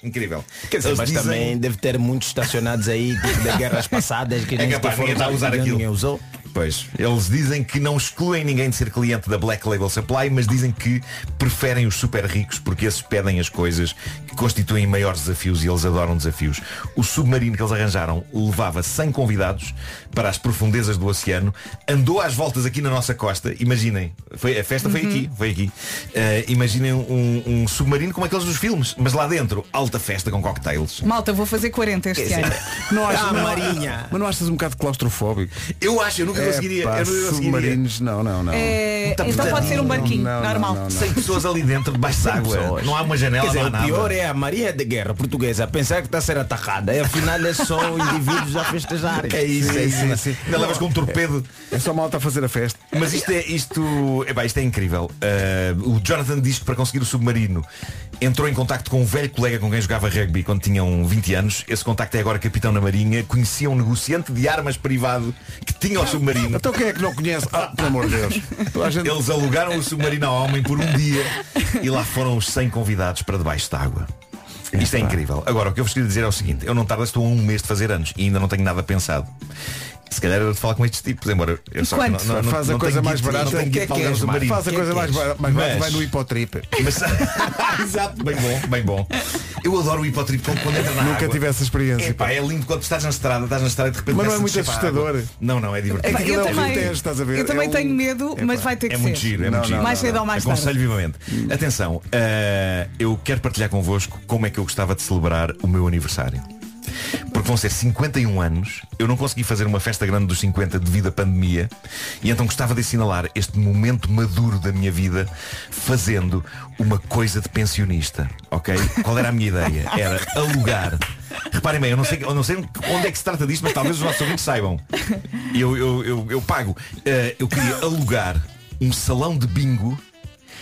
E: Incrível.
F: Quer dizer,
E: Eles
F: mas
E: dizem-
F: também deve ter muitos estacionados aí tipo, de guerras passadas que
E: É
F: nem
E: capaz,
F: sequer
E: ninguém está a
F: foram
E: usar
F: ninguém tá
E: aquilo.
F: usou.
E: Pois, eles dizem que não excluem ninguém de ser cliente da Black Label Supply, mas dizem que preferem os super ricos porque esses pedem as coisas que constituem maiores desafios e eles adoram desafios. O submarino que eles arranjaram levava 100 convidados para as profundezas do oceano, andou às voltas aqui na nossa costa, imaginem, foi, a festa foi aqui, foi aqui. Eh, imaginem um, um submarino como aqueles dos filmes, mas lá dentro, alta festa com cocktails.
C: Malta, vou fazer 40 este ano.
A: Não achas,
F: Ah,
A: não-
F: Marinha.
A: Mas não achas um bocado claustrofóbico?
E: Eu acho, eu nunca conseguiria.
A: Epá,
E: eu nunca conseguiria.
A: submarinos, não, não, não.
C: É,
E: Tá,
C: então
E: portanto,
C: pode ser um
E: não,
C: barquinho,
A: não, não,
C: normal.
A: não, não.
E: 100 pessoas ali dentro, debaixo
F: Tá,
E: de água.
F: pessoas.
E: Não há uma janela,
F: Quer dizer,
E: não há
F: o
E: nada.
F: pior é a Maria de Guerra portuguesa, a pensar que está a ser atacada. E afinal é só indivíduos a festejar.
E: É isso, é isso.
A: Sim,
E: Ainda
A: sim, sim.
E: levas com um torpedo.
A: É só malta a fazer a festa.
E: Mas isto é, isto, epá, isto é incrível. Uh, o Jonathan diz que para conseguir o submarino entrou em contacto com um velho colega com quem jogava rugby quando tinham 20 anos. Esse contacto é agora capitão na Marinha. Conhecia um negociante de armas privado que tinha o submarino.
A: Então quem é que não conhece? Ah, pelo amor de Deus. A gente-
E: Eles alugaram o submarino ao homem por um dia e lá foram os 100 convidados para debaixo d'água. Isto é incrível. Agora, o que eu vos queria dizer é o seguinte: eu não tardo, estou a um mês de fazer anos e ainda não tenho nada pensado. Se calhar era de falar com estes tipos, embora eu só
C: quanto?
E: não, não,
A: Faz
E: não
A: a coisa
E: tenho
A: mais
E: guito,
A: barata.
E: não tenho
A: O que
E: guito
A: é
E: para
A: que
E: alugar
A: és,
E: o é
A: Mário?
E: submarino.
A: Faz a coisa mais barata. Mais barata,
E: Mas-
A: Vai no hipotrip.
E: Mas, exato, bem bom, bem bom. Eu adoro o hipotripo quando, quando entra na
A: Nunca
E: água.
A: tive essa experiência.
E: Epá, é lindo quando estás na estrada, estás na estrada e de repente
A: Mas não é
E: começa a
A: muito
E: descer para a água.
A: assustador?
E: Não, não, é divertido.
A: É que aquilo
C: eu
A: é um
C: também,
A: vintejo, estás a ver?
C: eu também
A: É um-
C: tenho medo, mas vai ter que
E: É
C: ser.
E: muito giro, é
A: Não,
E: muito
A: não,
E: giro.
A: Mais
C: cedo ou mais tarde.
E: Aconselho vivamente. Atenção, eh, eu quero partilhar convosco como é que eu gostava de celebrar o meu aniversário. Porque vão ser 51 anos, eu não consegui fazer uma festa grande dos 50 devido à pandemia, e então gostava de assinalar este momento maduro da minha vida fazendo uma coisa de pensionista, ok? Qual era a minha ideia? Era alugar. Reparem bem, eu não sei, eu não sei onde é que se trata disto, mas talvez os nossos ouvintes saibam. Eu, eu, eu, eu pago. Eh, eu queria alugar um salão de bingo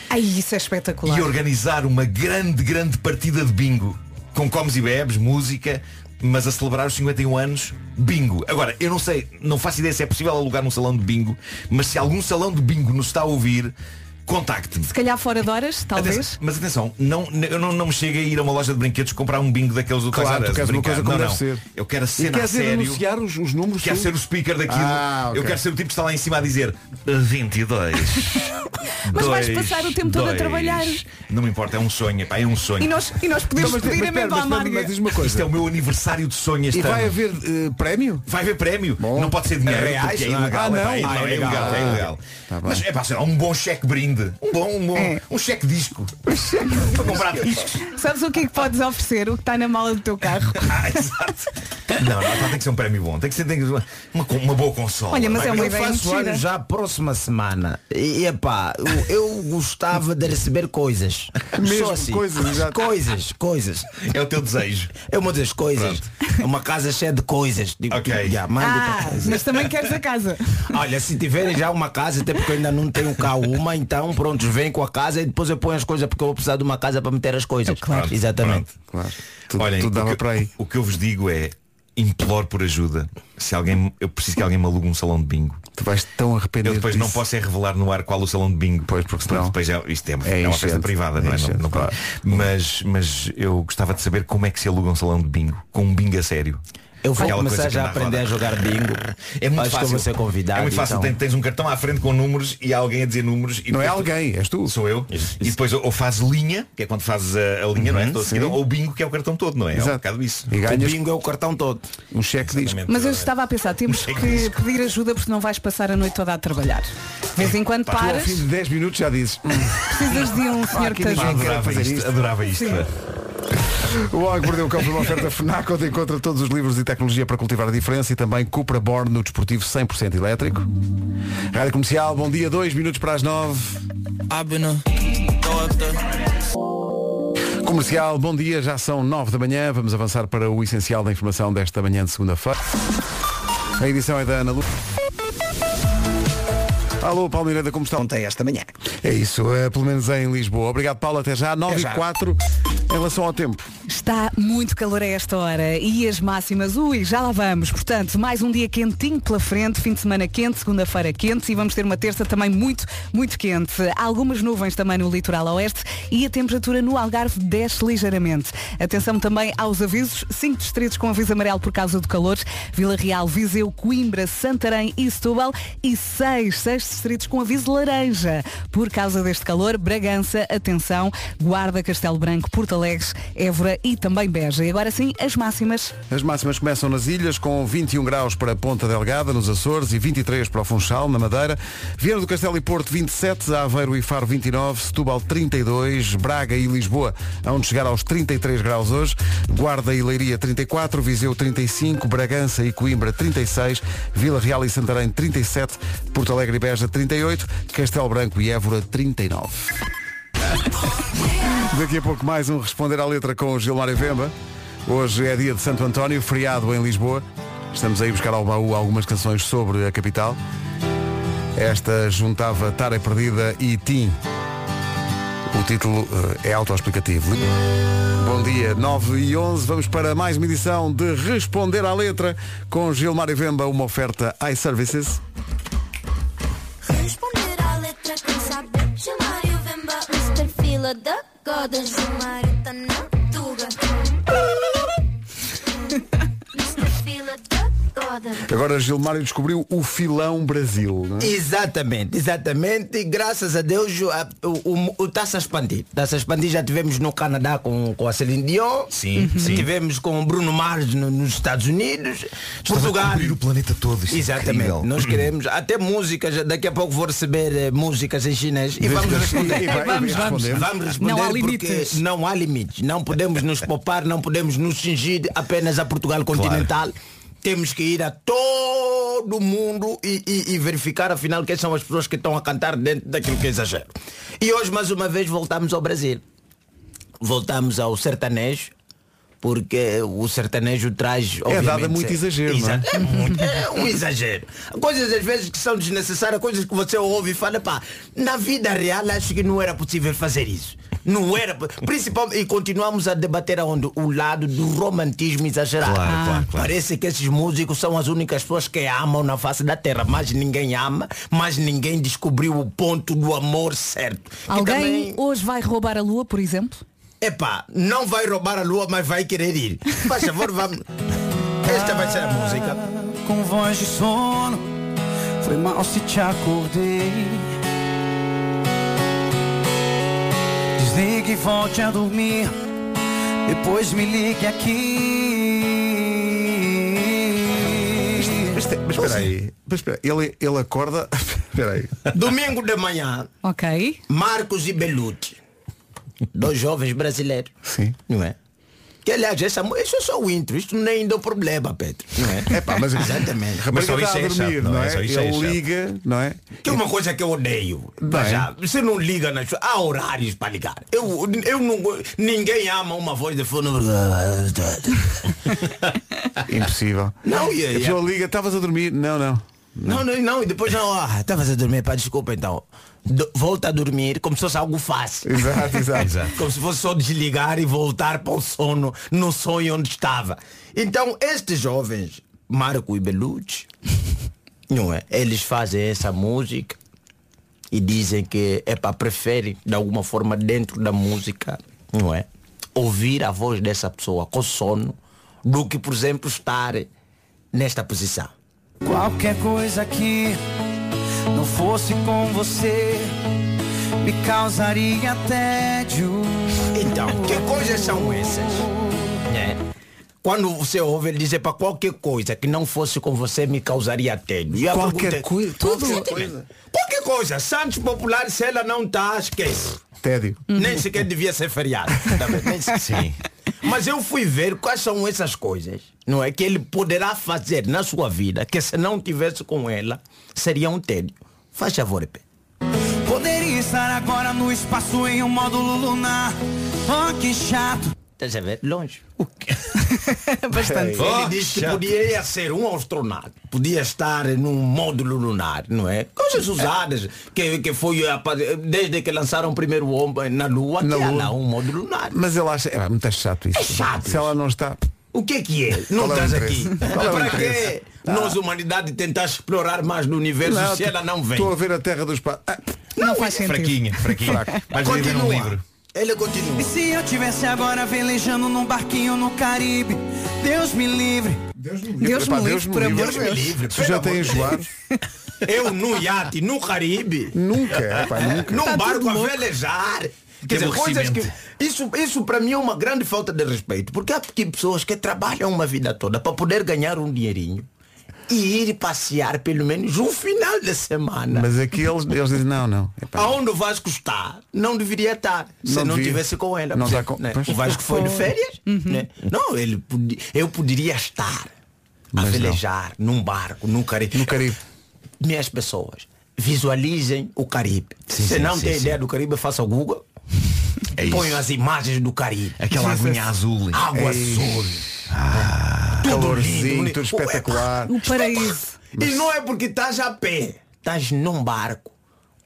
C: Ai, isso é espetacular.
E: e organizar uma grande, grande partida de bingo. Com comes e bebes, música, mas a celebrar os 51 anos, bingo. Agora, eu não sei, não faço ideia se é possível alugar um salão de bingo, mas se algum salão de bingo nos está a ouvir, contacte-me.
C: Se calhar fora de horas, talvez.
E: Atenção- mas atenção, não, eu não, não me chega a ir a uma loja de brinquedos comprar um bingo daqueles do
A: Claro,
E: Toys R
A: tu
E: Us,
A: queres uma
E: brincar.
A: coisa como
E: não,
A: deve
E: não.
A: ser.
E: Eu quero a
A: E
E: cena a
A: queres ir
E: sério.
A: anunciar os, os números?
E: Quer
A: tu?
E: ser o speaker daquilo.
A: Ah, ok.
E: Eu quero ser o tipo que está lá em cima a dizer 22.
C: Mas vais
E: dois,
C: passar o tempo todo a
E: dois."
C: trabalhar.
E: Não me importa, é um sonho, epá, é um sonho.
C: E nós, e nós
A: Então,
C: podemos
A: mas, mas,
C: pedir a
A: espera,
C: mesma à
A: mas, mas,
C: Marga.
A: mas diz uma
E: Isto é um
A: coisa.
E: o meu aniversário de sonho este
A: E vai
E: ano.
A: haver eh, prémio?
E: Vai haver prémio.
A: Bom.
E: Não pode ser dinheiro,
F: Reais,
E: porque é
F: não é?
E: ilegal.
A: Ah, não.
E: epá, é,
A: Ah,
E: ilegal,
A: é
E: é ilegal, é
A: ilegal.
E: ilegal.
A: Tá bem. É.
E: Mas é pá, será um bom cheque brinde. Um bom, um bom, um cheque disco. Para comprar discos.
C: Sabes o que é que podes oferecer? O que está na mala do teu carro?
E: Ah, exato. Não, não, pá, tem que ser um prémio bom. Tem que ser, tem que ser uma, co- uma boa consola.
C: Olha, mas
E: Vai
C: é uma
E: haver-
F: Eu
C: ideia
F: faço
C: muito gira.
F: anos já a próxima semana. E epá, eu, eu gostava de receber coisas.
A: Mesmo,
F: Só assim.
A: coisas, exato.
F: coisas, coisas.
E: É o teu desejo.
F: É uma das coisas. É Uma casa cheia de coisas. Tipo,
E: Ok.
F: já, manda outra
C: Ah,
F: coisa.
C: mas também queres a casa.
F: Olha, se tiverem já uma casa, até porque eu ainda não tenho cá uma, então pronto, vem com a casa e depois eu ponho as coisas porque eu vou precisar de uma casa para meter as
C: É
F: coisas.
E: Pronto,
F: Exatamente.
E: pronto.
A: Claro. Tudo,
E: Olhem,
A: tudo
E: o,
A: dava
E: que,
A: para aí.
E: o que eu vos digo é imploro por ajuda. Se alguém, eu preciso que alguém me alugue um salão de bingo.
A: Tu vais tão arrepender.
E: Eu depois não
A: disso.
E: posso é revelar no ar qual o salão de bingo.
A: Pois, porque senão-
E: depois é, isto é, uma-
A: É
E: é uma
A: enchente.
E: festa privada, não
A: É
E: é? Não-
A: enchente,
E: não
A: claro.
E: mas, mas eu gostava de saber como é que se aluga um salão de bingo, com um bingo a sério.
F: Eu vou
E: Aquela
F: começar
E: coisa que
F: já a
E: anda à
F: aprender a
E: roda.
F: jogar bingo.
E: É muito
F: Acho
E: fácil.
F: que eu vou ser convidado.
E: É muito fácil.
F: então.
E: Tens, tens um cartão à frente com números e há alguém a dizer números e
A: Não é
E: depois tu-
A: alguém, és tu.
E: Sou eu. E depois ou ou fazes linha, que é quando fazes a, a linha, não é? Toda seguida, ou bingo, que é o cartão todo, não é? É um bocado isso.
A: Uhum, E
F: O
A: ganhas
F: bingo é o cartão todo.
A: um cheque diz.
C: Mas eu estava a pensar, temos
A: É
C: que pedir ajuda porque não vais passar a noite toda a trabalhar. De vez em quando
A: Tu ao
C: paras,
A: fim de 10 minutos já dizes.
C: precisas de um senhor que te
A: ninguém
C: ajude.
A: quer
E: Adorava
A: fazer
E: isto,
A: isto.
E: adorava isto.
C: Sim.
E: pá.
A: O Homem que Mordeu o Cão foi uma oferta FNAC onde encontra todos os livros e tecnologia para cultivar a diferença e também Cupra Born no desportivo 100% elétrico. Rádio Comercial, bom dia, dois minutos para as nove. Comercial, bom dia, já são nove da manhã, vamos avançar para o essencial da informação desta manhã de segunda-feira. A edição é da Ana Lu. Alô, Paulo Miranda, como estão?
B: Ontem, esta manhã.
A: É isso, é, pelo menos em Lisboa. Obrigado, Paulo, até já. 9 e
B: já.
A: 4 em relação ao tempo.
C: Está muito calor a esta hora e as máximas, ui, já lá vamos. Portanto, mais um dia quentinho pela frente, fim de semana quente, segunda-feira quente e vamos ter uma terça também muito, muito quente. Há algumas nuvens também no litoral oeste e a temperatura no Algarve desce ligeiramente. Atenção também aos avisos, cinco distritos com aviso amarelo por causa do calor, Vila Real, Viseu, Coimbra, Santarém e Setúbal e seis, seis distritos com aviso laranja. Por causa deste calor, Bragança, atenção, Guarda, Castelo Branco, Porto Alegre, Évora e também Beja. E agora sim, as máximas.
A: As máximas começam nas ilhas com 21 graus para Ponta Delgada, nos Açores, e 23 para o Funchal, na Madeira. Vieira do Castelo e Porto, 27, Aveiro e Faro, 29, Setúbal, 32, Braga e Lisboa, onde chegar aos 33 graus hoje, Guarda e Leiria, 34, Viseu, 35, Bragança e Coimbra, 36, Vila Real e Santarém, 37, Porto Alegre e Beja, 38, Castelo Branco e Évora, 39. Daqui a pouco mais um Responder à Letra com o Gilmário Vemba. Hoje é dia de Santo António, feriado em Lisboa. Estamos aí a buscar ao baú algumas canções sobre a capital. Esta juntava Tara Perdida e Tim. O título eh, é autoexplicativo. Bom dia, 9 e 11. Vamos para mais uma edição de Responder à Letra com Gilmário Vemba, uma oferta iServices.
D: Responder à letra quem sabe chamar e o Vemba um superfila da goda Gilmarita na tuga Superfila da goda
A: Agora Gilmário descobriu o filão Brasil. não é?
E: né?
F: Exatamente, exatamente. E graças a Deus o- a- o, o, o Taça Expandir. Taça Expandir já tivemos no Canadá com, com a Celine Dion. Uhum.
E: Sim, sim.
F: Tivemos com o Bruno Mars no- nos Estados Unidos.
E: Estás a
F: Portugal.
E: cobrir o planeta todo. Isto é
F: Exatamente.
E: incrível.
F: Nós queremos até músicas. Daqui a pouco vou receber eh, músicas em chinês e vamos responder.
A: E vai- e vai
C: Vamos, vamos.
A: responder.
F: Vamos responder
C: Não há
F: porque
C: limites.
F: não há limites. Não podemos nos poupar, não podemos nos cingir apenas a Portugal continental. Temos que ir a todo mundo e, e- e verificar afinal quem são as pessoas que estão a cantar dentro daquilo que é exagero. E hoje mais uma vez voltamos ao Brasil. Voltamos ao sertanejo. Porque o sertanejo traz.
A: É dado
F: obviamente,
A: muito exagero, não é?
F: Exa- é muito- é um exagero. Coisas às vezes que são desnecessárias, coisas que você ouve e fala, pá, na vida real acho que não era possível fazer isso. Não era. po- Principalmente, e continuamos a debater aonde? O lado do romantismo exagerado.
E: Claro, claro, claro.
F: Parece que esses músicos são as únicas pessoas que amam na face da terra, mas ninguém ama, mas ninguém descobriu o ponto do amor certo. Que
C: Alguém
F: também-
C: hoje vai roubar a lua, por exemplo?
F: Epá, não vai roubar a lua, mas vai querer ir. Faz favor, vamos. Esta vai ser a música.
G: com voz de sono. Foi mal se te acordei. Desligue e volte a dormir. Depois me ligue aqui.
A: Mas, te- mas
C: é.
A: espera aí, mas espera, ele, ele acorda. Espera aí.
F: Domingo de manhã,
C: Ok.
F: Marcos e Belucci. Dois jovens brasileiros.
A: Sim.
F: Não é? Que aliás, essa, mu- isso é só o intro, isto nem deu problema, Pedro. Não é?
A: Epá, mas
F: Exatamente.
A: Mas
E: só
A: só está
E: isso
A: a
E: é chato,
A: dormir,
E: não é?
A: não
E: Só
A: é?
E: isso é
A: Ele
E: chato.
A: liga, não é?
F: Tem uma coisa que eu odeio. pra
A: Bem.
F: já. Você não liga nas suas. Há horários para ligar. Eu, eu não. go- Ninguém ama uma voz de fundo.
A: Impossível.
F: Não, e
A: A
F: aí?
A: pessoa liga, estavas a dormir? Não, não.
F: Não, não, não, e depois não, ah, estavas a dormir, pá, desculpa então. Do- volta a dormir como se fosse algo fácil.
A: Exato, exato.
E: Exato.
F: Como se fosse só desligar e voltar para o sono no sonho onde estava. Então, estes jovens, Marco e Belucci, não é? Eles fazem essa música e dizem que é para preferem, de alguma forma, dentro da música, não é? Ouvir a voz dessa pessoa com sono do que, por exemplo, estar nesta posição.
G: Qualquer coisa que não fosse com você me causaria tédio.
F: Então, que coisas são essas? Né? Quando você ouve ele dizer para qualquer coisa que não fosse com você me causaria tédio. E a é,
A: Qualquer coisa,
F: Tudo. Qualquer coisa. Santos Popular, se ela não está, tá, esquece.
A: Tédio.
F: Nem sequer devia ser feriado. tá bem? Nem se-
E: Sim.
F: Mas eu fui ver quais são essas coisas, não é? Que ele poderá fazer na sua vida, que se não tivesse com ela, seria um tédio. Faz favor, Pé.
G: Poderia estar agora no espaço em um módulo lunar. Oh, que chato.
F: Estás a ver? Longe.
C: Bastante.
F: Ele
E: Oh,
F: disse que
E: chato.
F: podia ser um astronauta, podia estar num módulo lunar, não é? Coisas usadas, que, que foi a- desde que lançaram o primeiro homem na Lua,
A: Na
F: que há
A: Lua.
F: lá um módulo lunar.
A: Mas ele acha. É muito chato isso.
F: É chato
A: Se ela não está.
F: O que é que é? Não
A: Qual é o
F: estás
A: interesse?
F: aqui.
A: Qual é o
F: Para
A: interesse?
F: que nós, humanidade, tentar explorar mais no universo se ela não vem?
A: tipo, Estou a ver a terra dos pais. Ah,
C: Não é faz sentido.
E: Fraquinha, fraquinha. Mas devia ver um livro.
F: Ele continua.
G: E se eu tivesse agora velejando num barquinho no Caribe? Deus me livre.
C: Deus me
A: Epá,
C: livre, por amor de
A: livre.
C: Deus.
A: Tu já tem enjoado?
F: Eu no iate, no Caribe,
A: Nunca. epá, nunca.
F: num
C: Tá tudo
F: barco a
C: louco.
F: velejar. Quer dizer, coisas
E: aborrecimento.
F: que. Isso, isso para mim é uma grande falta de respeito. Porque há aqui pessoas que trabalham uma vida toda para poder ganhar um dinheirinho e ir passear pelo menos um final de semana.
A: Mas aqui eles, eles dizem, não, não. epá,
F: Aonde o Vasco está, não deveria estar. Se
A: Não
F: não,
A: devia.
F: tivesse com ela.
A: Não
F: por
A: tá
F: exemplo,
A: com-
F: né?
A: pois.
F: O Vasco foi de férias.
C: Uhum.
F: Né? Não, ele podi- eu poderia estar a
A: Mas não.
F: velejar num barco, num Caribe.
A: No Caribe.
F: Minhas pessoas, visualizem o Caribe. Se
E: sim,
F: não
E: sim,
F: tem
E: sim.
F: ideia do Caribe, faça o Google.
E: É isso.
F: Ponham as imagens do Caribe.
E: Aquela aguinha azul. É Ah,
F: Água azul. Tudo lindo,
A: Calorzinho,
F: lindo.
A: tudo espetacular.
C: O paraíso.
F: E não é porque estás a pé, estás num barco.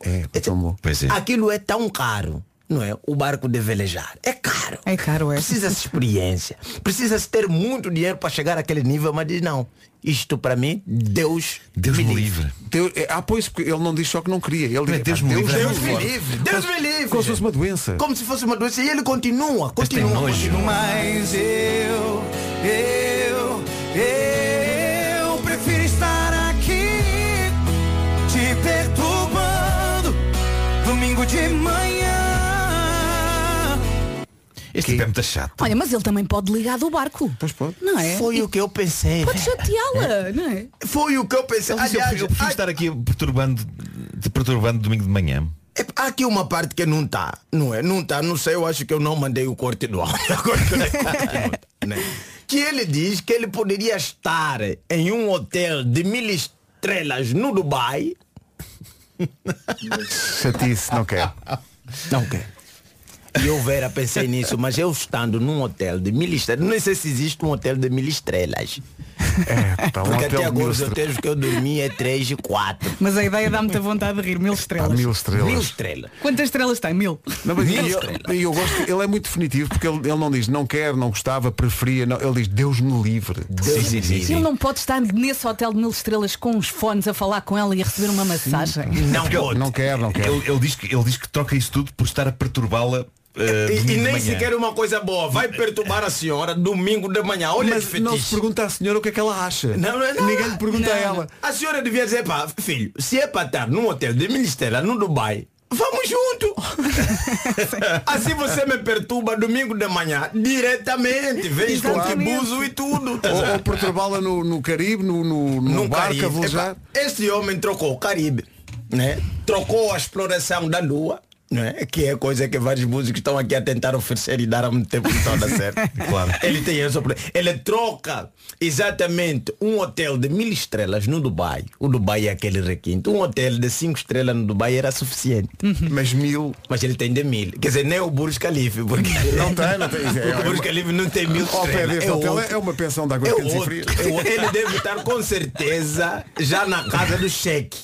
A: É, pá,
F: Então,
A: tão bom.
E: Pois é.
F: Aquilo é tão caro, não é? O barco de velejar. É caro.
C: É caro, é.
F: Precisa-se experiência. Precisa-se ter muito dinheiro para chegar àquele nível, mas diz não. Isto para mim, Deus,
E: Deus me
F: livre.
E: livre.
A: Deus, é, ah, pois, porque ele não diz só que não queria. Ele diz,
E: Deus
A: epá,
E: me livre.
F: Deus
E: Deus
F: me livre. Deus me livre.
A: Como se fosse uma doença.
F: Como se fosse uma doença. E ele continua,
E: tem um
F: continua.
E: nojo.
G: Mas eu, eu, eu prefiro estar aqui te perturbando domingo de manhã.
E: Este tipo é muito chato.
C: Olha, mas ele também pode ligar do barco.
A: Pois pode.
C: Não é?
F: Foi o que eu pensei. né?
C: Pode chateá-la, não é?
F: Foi o que eu pensei.
E: Mas Então, eu,
F: Aliás,
E: eu prefiro
F: há-
E: estar aqui perturbando, te perturbando domingo de manhã.
F: É, Há aqui uma parte que não está, não é? Não está, não sei, eu acho que eu não mandei o corte do áudio. Agora que eu não tá, né? Que ele diz que ele poderia estar em um hotel de mil estrelas no Dubai.
A: Chatice, não quer.
F: Não quer. E eu, Vera, pensei nisso, mas eu estando num hotel de mil estrelas, não sei se existe um hotel de mil estrelas.
A: É, pá, um
F: Porque até
A: hotel de
F: agora
A: mil
F: os
A: estrelas.
F: hotéis que eu dormi é três e quatro.
C: Mas a ideia dá-me muita vontade de rir. Mil
A: Pá,
C: estrelas.
A: mil
F: Mil
A: estrelas.
F: estrelas.
C: Quantas estrelas tem? Mil.
A: Não, mas
F: Mil
A: e eu,
F: estrelas.
A: e eu gosto, ele é muito definitivo porque ele, ele não diz não quer, não gostava, preferia, não. ele diz Deus me livre.
F: Deus me livre.
C: Ele não pode estar nesse hotel de mil estrelas com os fones a falar com ela e a receber uma massagem.
F: Não
E: Porque ele-
F: pode.
A: Não quer, não quer.
E: Ele, ele diz que, ele diz que troca isso tudo por estar a perturbá-la. eh, domingo
F: E- E,
E: de
F: nem
E: manhã.
F: sequer uma coisa boa. Vai perturbar a senhora domingo de manhã. Olha
A: eh, Mas
F: que
A: não se
F: fetiche.
A: pergunta à senhora o que é que ela acha.
F: Não, não, não.
A: Ninguém lhe pergunta a ela.
F: A senhora devia dizer, pá, filho, se é para estar num hotel de ministério no Dubai, vamos junto. assim você me perturba domingo de manhã diretamente. Vejo com que
C: Exatamente.
F: buzo e tudo. tá
A: Ou, ou perturbá-la no, no Caribe, no, no, no
F: Num
A: barco a
F: Caribe.
A: velejar.
F: Epá, Este homem trocou o Caribe, né? Trocou a exploração da Lua. Né? Que é coisa que vários músicos estão aqui a tentar oferecer e dar há muito tempo não dá certo.
E: Claro.
F: Ele tem essa pro- Ele troca exatamente um hotel de mil estrelas no Dubai. O Dubai é aquele requinto. Um hotel de cinco estrelas no Dubai era suficiente.
A: Mas mil.
F: Mas ele tem de mil. Quer dizer, nem o Burj Khalifa, porque
A: Não tem, não tem. É,
F: o
A: é,
F: Burj Khalifa não tem mil
A: ao pé
F: estrelas.
A: deste
F: É
A: hotel
F: outro.
A: é uma pensão de água
F: É
A: quente e
F: outro.
A: fria.
F: É outro. Ele deve estar com certeza já na casa do cheque.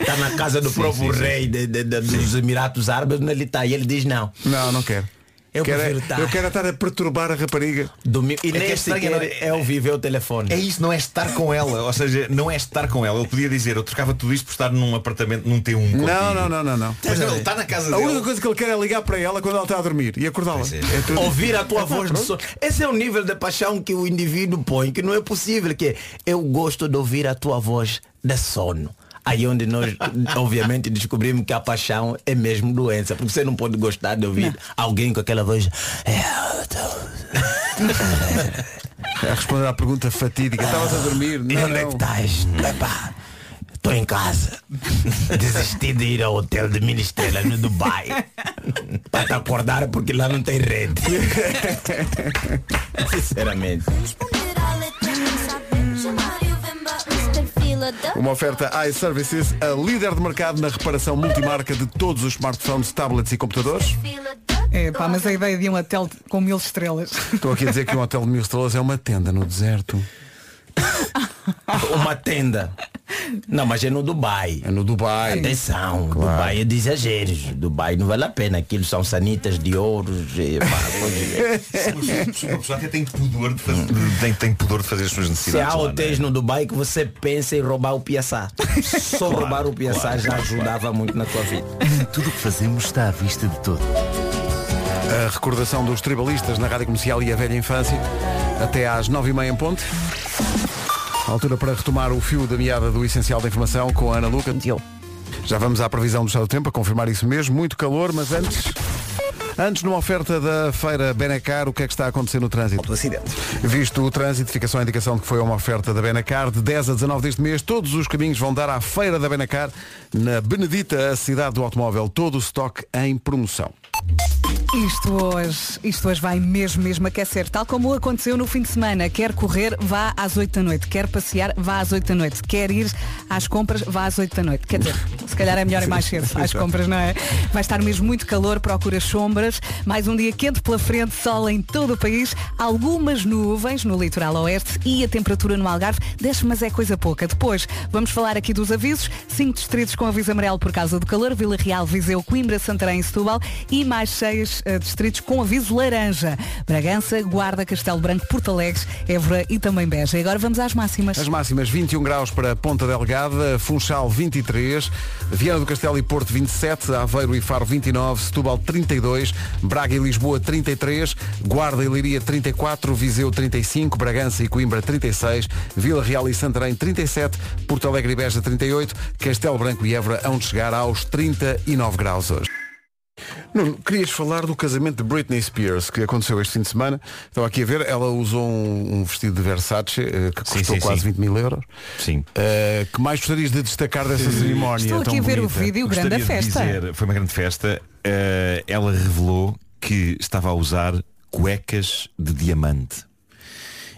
F: Está na casa do próprio rei de- de- de- dos Emirados Árabes, onde ele está. E ele diz não.
A: Não, não quero.
F: Eu
A: quero, é-
F: prefiro estar.
A: eu quero é estar a perturbar a rapariga.
F: Domingo. E
E: que é
F: nem
E: estranho,
F: sequer
E: não é?
F: é ao vivo, é o telefone.
E: É isso, não é estar com ela. Ou seja, não é estar com ela. Ele podia dizer, eu trocava tudo isto por estar num apartamento, num T1. contigo.
A: Não, não, não, não, não.
E: Mas não, ele está na casa
A: A
E: dele.
A: única coisa que ele quer é ligar para ela quando ela está a dormir e acordá-la.
E: Pois é.
A: É tudo.
F: Ouvir a tua voz do sono. Esse é o nível de paixão que o indivíduo põe, que não é possível, que é, eu gosto de ouvir a tua voz de sono. Aí onde nós, obviamente, descobrimos que a paixão é mesmo doença, porque você não pode gostar de ouvir alguém com aquela voz. "É, eu tô-
A: A responder à pergunta fatídica. Estavas a dormir? Não,
F: onde é que
A: não.
F: estás? Epá, Estou em casa. Desisti de ir ao hotel de Ministela no Dubai. Para te acordar porque lá não tem rede. Sinceramente.
D: Responder à letra sem saber chamar e o Vemba Mr. Fila da
A: Uma oferta iServices, a líder de mercado na reparação multimarca de todos os smartphones, tablets e computadores.
D: Fila da
C: É, pá, mas a ideia de um hotel com mil estrelas.
A: Estou aqui a dizer que um hotel de mil estrelas é uma tenda no deserto.
F: Uma tenda. Não, mas é no Dubai.
A: É no Dubai.
F: Atenção, Dubai é de exageros. Dubai não vale a pena. Aquilo são sanitas de ouro. e pá, coisa-
E: Uma pessoa até tem pudor de fazer, tem, tem pudor de fazer as suas
F: Se
E: necessidades.
F: há
E: lá, é?
F: hotéis no Dubai que você pensa em roubar o Piaçá. Só roubar o Piaçá já ajudava muito na tua vida.
E: não é? Tudo o que fazemos está à vista de todos.
A: A recordação dos tribalistas na rádio comercial e a velha infância, até às nove e meia em ponto. Altura para retomar o fio da meada do essencial da informação com a Ana Luca. Já vamos à previsão do estado do tempo, a confirmar isso mesmo. Muito calor, mas antes. Antes, numa oferta da feira Benacar, o que é que está a acontecer no trânsito?
B: do acidente.
A: Visto o trânsito, fica só a indicação de que foi uma oferta da Benacar. De 10 a 19 deste mês, todos os caminhos vão dar à feira da Benacar, na Benedita, a cidade do automóvel. Todo o estoque em promoção.
C: Isto hoje, isto hoje vai mesmo, mesmo aquecer, tal como aconteceu no fim de semana. Quer correr, vá às 8 da noite. Quer passear, vá às 8 da noite. Quer ir às compras, vá às 8 da noite. Quer dizer, se calhar é melhor ir mais cedo às compras, não é? Vai estar mesmo muito calor, procura sombras. Mais um dia quente pela frente, sol em todo o país, algumas nuvens no litoral oeste e a temperatura no Algarve desce, mas é coisa pouca. Depois, vamos falar aqui dos avisos. Cinco distritos com aviso amarelo por causa do calor, Vila Real, Viseu, Coimbra, Santarém e Setúbal e mais seis eh, distritos com aviso laranja. Bragança, Guarda, Castelo Branco, Porto Alegre, Évora e também Beja. E agora vamos às máximas.
A: As máximas 21 graus para Ponta Delgada, Funchal 23, Viana do Castelo e Porto 27, Aveiro e Faro 29, Setúbal 32, Braga e Lisboa 33, Guarda e Leiria 34, Viseu 35, Bragança e Coimbra 36, Vila Real e Santarém 37, Porto Alegre e Beja 38, Castelo Branco e Évora hão de chegar aos 39 graus hoje. Nuno, querias falar do casamento de Britney Spears que aconteceu este fim de semana. Estava aqui a ver, ela usou um, um vestido de Versace eh, que
E: Sim,
A: custou
E: sim,
A: quase
E: sim.
A: 20 mil euros.
E: Sim.
A: Eh, que mais gostarias de destacar dessa cerimónia?
C: Estou aqui
A: tão
C: a ver o
A: bonita?
C: vídeo, grande
E: é Gostaria
C: a
E: de
C: festa.
E: dizer, foi uma grande festa. eh, ela revelou que estava a usar cuecas de diamante.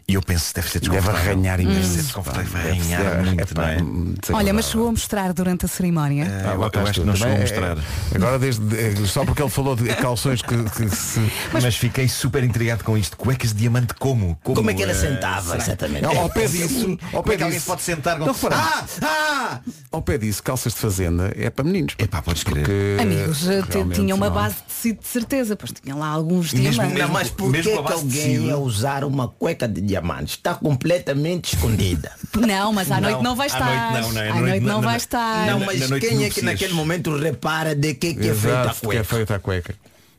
E: E eu penso, deve ser
A: Deve
E: desconfortável.
A: arranhar
E: Deve ser
A: imenso.
E: desconfortável, vai
A: Deve ser-
E: arranhar muito,
A: epá,
E: não é?
A: desagradável.
C: Olha, mas chegou a mostrar durante a cerimónia.
E: Eh,
A: Ah,
E: eu-
A: lá
E: eu
A: estás
E: acho
A: tu.
E: que não chegou a
A: Também
E: mostrar.
A: é- Agora desde, eh, só porque ele falou de calções que, que se.
E: Mas... fiquei super intrigado com isto. Cuecas de diamante como?
F: Como é que ela
E: eh,
F: sentava, exatamente?
A: Não, ao pé disso. Ao
E: Como
A: pé
E: é que alguém
A: disso,
E: se pode sentar com
A: Não repara.
E: Ah! Ah!
A: ao pé disso, calças de fazenda é para meninos.
E: Epá, podes crer.
A: porque
C: Amigos, eh, t-
A: É, realmente
C: tinha uma
A: não.
C: base de tecido de certeza, pois tinha lá alguns
E: Mesmo-
C: diamantes.
F: Não, mas por que
E: mesmo né?
F: que
E: a base de
F: alguém
E: tecido?
F: ia usar uma cueca de diamantes? Está completamente escondida.
C: Não, mas à noite não vai
E: à
C: estar.
E: noite não, não é?
C: À noite não vai estar.
F: Não,
E: na-
F: mas
E: na noite
F: quem é que
E: núpcias.
F: naquele momento repara de que, que é feita a
A: Exato, que é
F: cueca?
A: feita a cueca.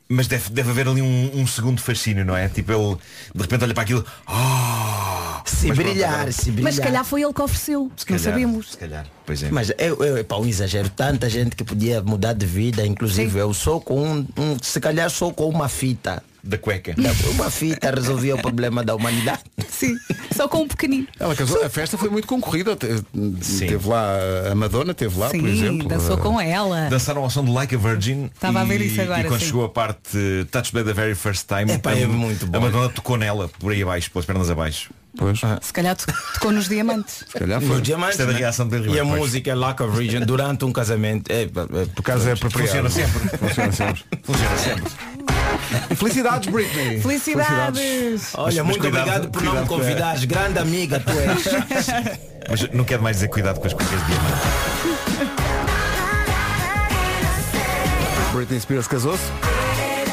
E: Mas deve, deve haver ali um, um segundo fascínio, não é? Tipo, ele de repente olha para aquilo. "Oh, "Ah!"
F: Se
E: Mas pronto,
F: brilhar,
E: agora-
F: se brilhar.
C: Mas se calhar foi ele que ofereceu.
E: Se
C: não
E: calhar,
C: sabemos.
E: Se calhar. Pois é.
F: Mas eu, eu, pá, um exagero, tanta gente que podia mudar de vida, inclusive eu sou com um, um- se calhar sou com uma fita.
E: Da cueca.
F: Uma fita resolvia o problema da humanidade.
C: Sim, só com um pequenino.
A: Ela casou, a festa foi muito concorrida. te-
E: Sim.
A: Teve lá a Madonna, teve lá, por
C: Sim,
A: exemplo. eh,
C: dançou com ela.
E: Dançaram ao som do Like a Virgin
C: Estava
E: e,
C: a ver isso agora,
E: e quando
C: sim.
E: chegou a parte eh, Touch by the Very First Time
F: Epá,
E: a,
F: é muito bom.
E: a Madonna tocou nela por aí abaixo, pelas pernas abaixo
A: Pois,
E: Ah.
A: se
C: Se calhar to- tocou nos diamantes.
A: calhar foi.
F: Os diamantes,
E: Isto é da
F: né?
E: reação de Ribeiro,
F: E a
E: pois.
F: música Lack of Region durante um casamento. É, é, é,
A: Por causa é apropriado.
E: Funciona sempre.
A: Funciona sempre.
E: Funciona sempre
A: Felicidades, Britney.
C: Felicidades!
F: Olha,
E: mas
F: muito
E: cuidado,
F: obrigado por não me
E: cuidado com a-
F: convidares. Grande amiga tu és.
E: Mas não quero mais dizer cuidado com as cuecas de diamante
A: Britney Spears casou-se.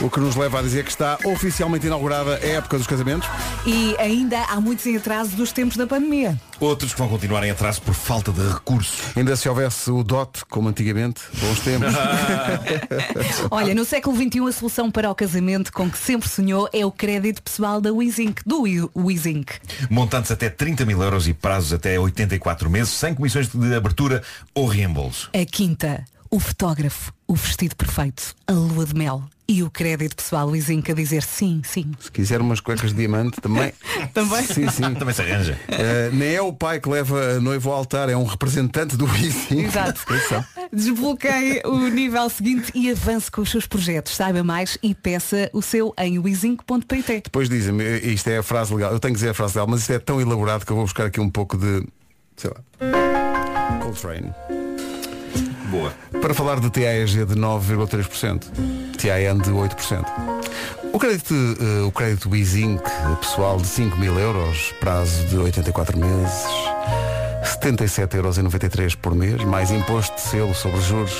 A: O que nos leva a dizer que está oficialmente inaugurada a época dos casamentos.
C: E ainda há muitos em atraso dos tempos da pandemia.
E: Outros que vão continuar em atraso por falta de recursos
A: Ainda se houvesse o dote, como antigamente, bons tempos.
C: Olha, no século XXI a solução para o casamento com que sempre sonhou é o crédito pessoal da Wizink, do Wi- Wizink.
E: Montantes até 30 mil euros e prazos até 84 meses Sem comissões de abertura ou reembolso
C: A quinta. o fotógrafo, o vestido perfeito, a lua de mel e o crédito pessoal Luizinho a dizer sim, sim.
A: Se quiser umas cuecas de diamante também.
C: Também.
A: Sim, sim.
E: Também se arranja.
A: Eh, nem é o pai que leva a noiva ao altar, é um representante do Wisin.
C: Exato.
A: Atenção.
C: Desbloqueie o nível seguinte e avance com os seus projetos. Saiba mais e peça o seu em wizinho.pt.
A: Depois dizem-me, eh, isto é a frase legal. Eu tenho que dizer a frase legal, mas isto é tão elaborado que eu vou buscar aqui um pouco de. sei lá. Coltrane.
E: Boa.
A: Para falar de TAEG de 9,3%, TAN de 8%. O crédito, eh, o crédito Bizinc pessoal de 5 mil euros, prazo de 84 meses, 77,93 euros por mês, mais imposto de selo sobre juros.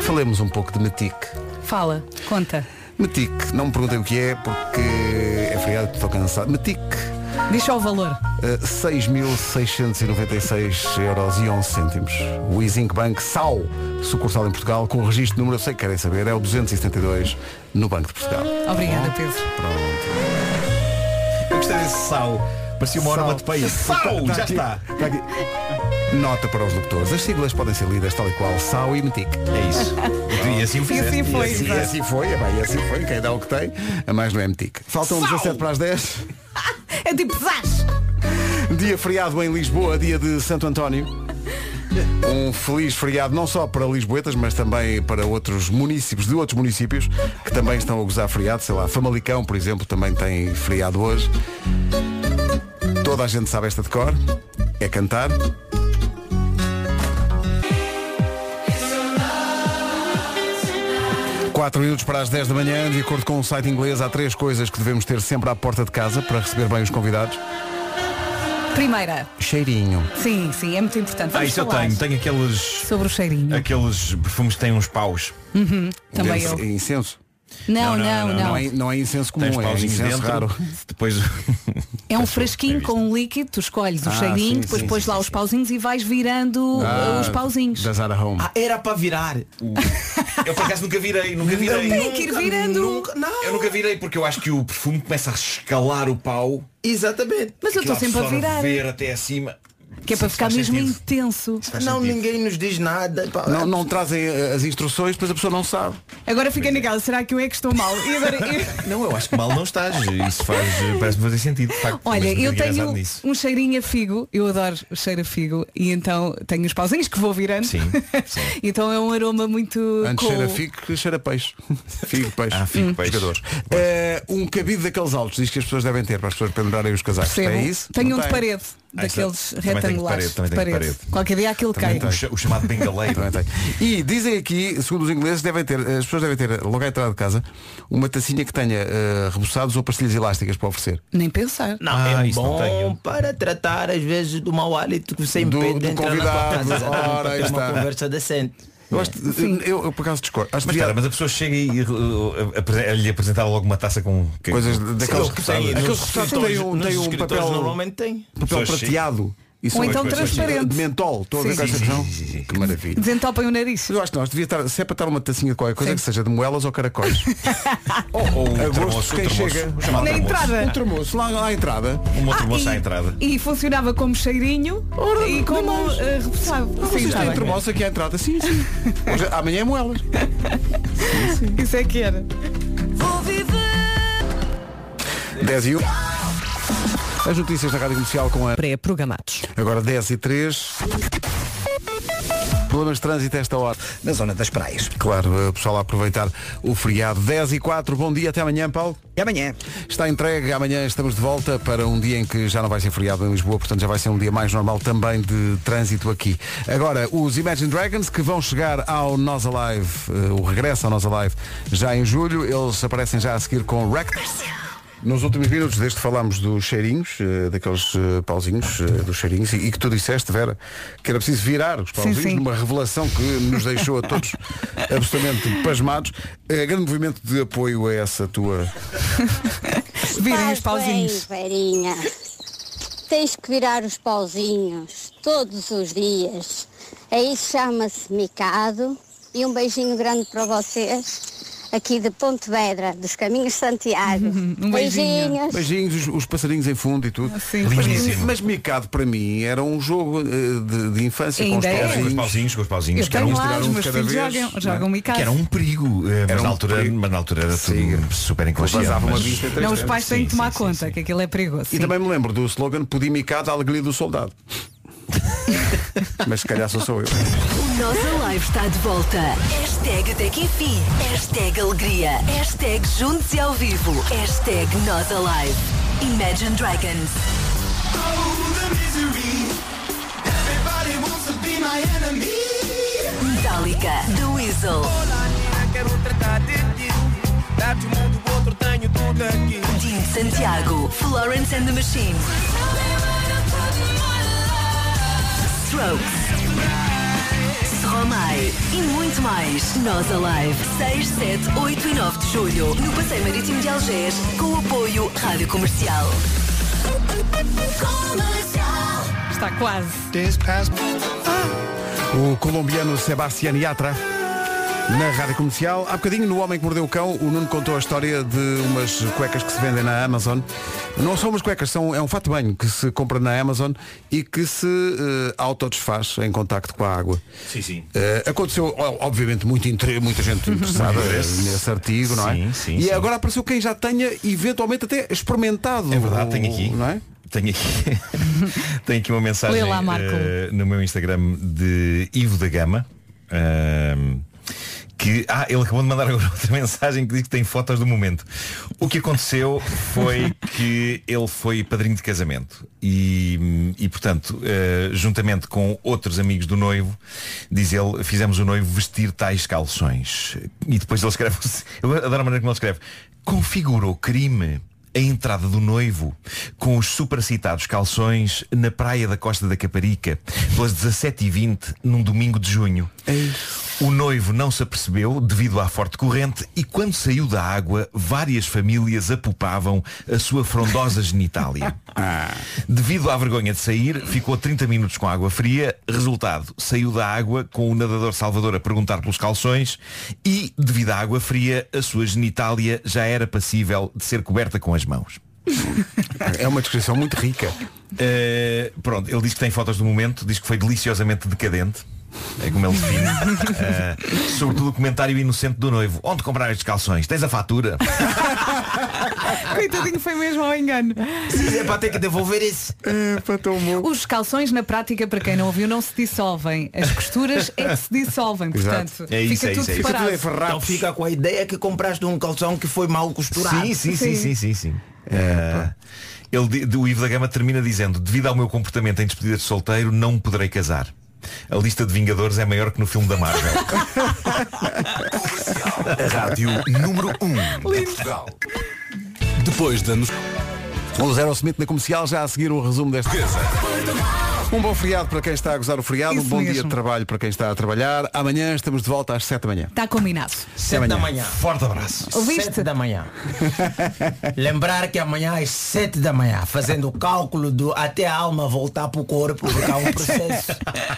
A: Falemos um pouco de Metic.
C: Fala, conta.
A: Metic, não me perguntem o que é, porque é feriado, estou cansado. Metic
C: Diz só o valor.
A: Uh, 6.696 euros e 11 cêntimos. O Izinc Bank SAU, sucursal em Portugal, com o registro de número, eu sei que querem saber, é o 272 no Banco de Portugal.
C: Obrigada, Pedro.
E: Eu gostei desse sal. Parecia uma
A: Sal. tá
E: horma de país. Sal! Já
A: aqui,
E: está.
A: está aqui. Nota para os locutores. As siglas podem ser lidas tal e qual SAU e METIC.
E: É isso. E assim o fizeste.
C: assim foi,
E: E
A: E
E: fizeste.
A: assim foi, epá, e assim foi, quem dá o que tem, a mais não é METIC. Faltam 17 para as 10.
C: É tipo zás.
A: Dia feriado em Lisboa, dia de Santo António. Um feliz feriado não só para Lisboetas, mas também para outros municípios de outros municípios que também estão a gozar feriado. Sei lá, Famalicão, por exemplo, também tem feriado hoje. Toda a gente sabe esta de cor. É cantar. Quatro minutos para as 10 da manhã, de acordo com o site inglês, há três coisas que devemos ter sempre à porta de casa para receber bem os convidados.
C: Primeira.
A: Cheirinho.
C: Sim, sim, é muito importante.
E: Ah,
C: Vamos
E: isso eu
C: falar
E: tenho. Tenho aqueles.
C: Sobre o cheirinho.
E: Aqueles perfumes que têm uns paus.
C: Também
A: Incenso-
C: eu.
A: É Incenso.
C: Não, não, não.
A: Não, é, não é incenso comum,
E: Tem os
A: é
E: pauzinhos
A: incenso
E: dentro.
A: raro.
E: Depois.
C: É um frasquinho com um líquido, tu escolhes o cheirinho,
A: sim,
C: depois
A: sim, Ah,
C: pões lá os pauzinhos e vais virando uh, os pauzinhos.
A: Da Zara Home.
F: Ah, era para virar.
E: Eu por acaso nunca virei, nunca virei.
C: Tem que ir virando.
F: Nunca, não.
E: Eu nunca virei porque eu acho que o perfume começa a escalar o pau.
F: Exatamente.
C: Mas eu estou
E: aquilo
C: sempre a virar,
E: absorver até acima.
C: que é para
E: Sim,
C: ficar
E: faz
C: mesmo
E: sentido.
C: intenso.
E: Faz
F: não,
E: sentido.
F: ninguém nos diz nada. pá.
A: Não, não trazem eh, as instruções, depois a pessoa não sabe.
C: Agora fica naquela, será que eu é que estou mal? E agora eu-
E: Não, eu acho que mal não estás. Isso faz. Parece-me fazer sentido. de facto,
C: Olha,
E: mas nunca
C: eu
E: tinha
C: tenho
E: pensado nisso.
C: um cheirinho a figo, eu adoro o cheiro a figo, e então tenho os pauzinhos que vou virando.
E: Sim, sim.
C: então é um aroma muito.
A: Antes
C: com- Hum.
A: cheira figo, que cheira peixe. Figo, peixe.
E: Ah, figo, peixe.
A: Pescadores. Eh, um cabide daqueles altos, diz que as pessoas devem ter para as pessoas pendurarem os
E: é
A: casacos.
C: Percebo.
A: Tem isso?
C: Tenho
A: Não
C: um de
A: tem?
C: parede,
E: Ah,
C: daqueles
E: isso também tenho de
C: retangulares.
E: parede, também tenho de parede.
C: Qualquer dia aquele cai.
E: O, cha- o chamado bengaleiro.
A: Também tem. E dizem aqui, segundo os ingleses, devem ter, eh, as pessoas devem ter, logo à entrada de casa, uma tacinha que tenha eh, reboçados ou pastilhas elásticas para oferecer.
C: Nem pensar.
F: Não,
E: Ah,
F: é
E: isso não
F: bom
E: tenho.
F: para tratar às vezes do mau hálito que você
A: Do-
F: impede
A: do
F: de entrar na
A: convidado.
F: tua casa
A: Ora,
F: para
A: aí
F: ter
A: está.
F: uma conversa decente.
C: É.
A: Eu, acho, eu, eu por acaso discordo. Acho que
E: Mas
A: devia-
E: espera, mas a pessoa chega e uh, apre- a lhe apresentar logo uma taça com que-
A: coisas daquelas
F: Aqueles que têm, nos
A: aqueles que têm um,
F: escritórios-
A: têm
F: nos
A: um
F: escritórios
A: papel
F: normalmente tem.
A: papel
E: Pessoas
A: prateado. Isso
C: Ou
A: é
C: então
A: uma coisa
C: transparente.
A: De mentol, estou a ver
C: Sim.
A: com esta
E: Sim, sim,
A: questão?
E: sim, sim.
A: Que maravilha.
C: Desentopem o nariz.
A: Eu acho que nós devia estar, se é para estar uma tacinha de qualquer coisa,
C: Sim.
A: que seja de moelas ou caracóis.
E: Ou o
A: A
E: termoço,
A: gosto
E: o
A: de quem
E: termoço.
A: chega.
E: O chamado
C: Na
E: termoço.
C: entrada. Ah,
A: Um tremoço lá, lá à entrada.
E: Um outro
C: e-
E: moço à entrada.
C: E funcionava como cheirinho e como eh, repousado. Sim,
A: Vocês
C: está
A: têm
C: bem.
A: tremoço um aqui à entrada. Sim, sim. Hoje- amanhã é moelas.
C: Isso é que era.
A: 10 e 1. As notícias na Rádio Comercial com a...
C: Pré-programados.
A: Agora 10 e 3. Problemas de trânsito a esta hora.
B: na zona das praias.
A: Claro, eh, o pessoal a aproveitar o feriado. 10 e 4. Bom dia, até amanhã, Paulo.
B: E amanhã,
A: Está entregue, amanhã estamos de volta para um dia em que já não vai ser feriado em Lisboa, portanto já vai ser um dia mais normal também de trânsito aqui. Agora, os Imagine Dragons que vão chegar ao Nós Alive, eh, o regresso ao Nós Alive já em julho, eles aparecem já a seguir com Wreck. Nos últimos minutos deste falámos dos cheirinhos, eh, daqueles eh, pauzinhos, eh, dos cheirinhos, e, e que tu disseste, Vera, que era preciso virar os pauzinhos
C: sim.
A: numa revelação que nos deixou a todos absolutamente pasmados. Eh, grande movimento de apoio a essa tua
C: Virem os
H: Estás
C: pauzinhos.
H: Bem, Verinha. Tens que virar os pauzinhos todos os dias. É isso chama-se micado. E um beijinho grande para vocês. aqui de Pontevedra, dos Caminhos de Santiago.
C: Um beijinho.
H: Beijinhos.
A: Beijinhos, os, os passarinhos em fundo e tudo.
C: Sim,
E: Lindíssimo.
A: Mas Micado para mim era um jogo eh, de, de infância com os
C: Ainda é.
E: Com
A: pauzinhos.
E: os pauzinhos, com os pauzinhos.
C: Eu
E: Que era,
C: tenho
E: um,
C: lá,
A: tirar
C: os
A: um de
C: meus
A: cada
C: filhos
A: vez,
C: jogam, jogam um
E: que era um perigo. eh, Mas,
A: Era
E: na
A: um
E: altura,
A: perigo.
E: mas na altura era
A: Sim.
E: tudo super inconsciente.
A: Passava uma
E: mas-
A: vista em três
C: Não, os
A: tempos.
C: pais têm
E: Sim,
C: que tomar
E: sim,
C: conta
E: sim, sim.
C: que aquilo é perigoso.
A: E
C: sim.
A: também me lembro do slogan Podi Micado a alegria do soldado. Mas se calhar só sou eu.
I: Nós Alive está de volta. Hashtag até que enfim. Hashtag alegria. Hashtag juntos ao vivo. Hashtag Nós Alive. Imagine Dragons. Metallica. The Weasel. Dean Santiago. Florence and the Machine. Strokes. Romai e muito mais. Nós Alive, 6, 7, 8 e 9 de julho, no Passeio Marítimo de Algés, com o apoio Rádio Comercial.
C: Está quase.
A: Ah! O colombiano Sebastián Yatra. Na rádio comercial, há bocadinho no Homem que Mordeu o Cão, o Nuno contou a história de umas cuecas que se vendem na Amazon. Não são umas cuecas, são, é um fato de banho que se compra na Amazon e que se eh, autodesfaz em contacto com a água.
E: Sim, sim.
A: Eh, aconteceu, ó, obviamente, muito inter- muita gente interessada eh, nesse artigo, não é?
E: Sim, sim,
A: e
E: sim.
A: agora apareceu quem já tenha eventualmente até experimentado.
E: É verdade,
A: o-
E: tenho aqui.
A: Não é?
E: Tenho aqui, tenho aqui uma mensagem
C: Lê lá, Marco.
E: eh, no meu Instagram de Ivo da Gama. ehm, que, ah, ele acabou de mandar agora outra mensagem que diz que tem fotos do momento. O que aconteceu foi que ele foi padrinho de casamento e, hum, e portanto, eh, juntamente com outros amigos do noivo, diz ele, fizemos o noivo vestir tais calções. E depois ele escreve, eu adoro a maneira como ele escreve, configurou crime a entrada do noivo com os supercitados calções na praia da Costa da Caparica pelas 17h20 num domingo de junho. O noivo não se apercebeu devido à forte corrente e quando saiu da água várias famílias apupavam a sua frondosa genitália. Devido à vergonha de sair, ficou 30 minutos com água fria. Resultado, saiu da água com o nadador Salvador a perguntar pelos calções e, devido à água fria, a sua genitália já era passível de ser coberta com as mãos.
A: É uma descrição muito rica.
E: Uh, pronto, ele diz que tem fotos do momento, diz que foi deliciosamente decadente. É como ele define. Uh, sobretudo o comentário inocente do noivo. Onde comprar estes calções? Tens a fatura?
C: Coitadinho, foi mesmo ao engano.
F: É para ter que devolver isso.
C: Os calções, na prática, para quem não ouviu, não se dissolvem. As costuras é que se dissolvem.
A: Exato.
C: Portanto,
E: É isso,
C: fica
E: é
C: tudo
E: isso, é isso.
C: separado.
A: Fica tudo em
F: Então
A: Rapos.
F: fica com a ideia que compraste um calção que foi mal costurado.
E: Sim, sim, sim,
C: Sim.
E: sim, sim, sim. Eh, ele, di- do Ivo da Gama termina dizendo Devido ao meu comportamento em despedida de solteiro Não me poderei casar A lista de Vingadores é maior que no filme da Marvel
J: Rádio número 1 um de Portugal. Depois da nos...
A: O Zero Smith na comercial, já a seguir o resumo desta. Um bom feriado para quem está a gozar o feriado, um
C: Isso
A: bom dia
C: mesmo.
A: de trabalho para quem está a trabalhar. Amanhã estamos de volta às 7 da manhã.
C: Está combinado.
F: Sete da manhã.
E: Forte abraço
C: Ouviste?
F: Sete da manhã. Lembrar que amanhã às sete da manhã, fazendo o cálculo do até a alma voltar para o corpo, porque há um processo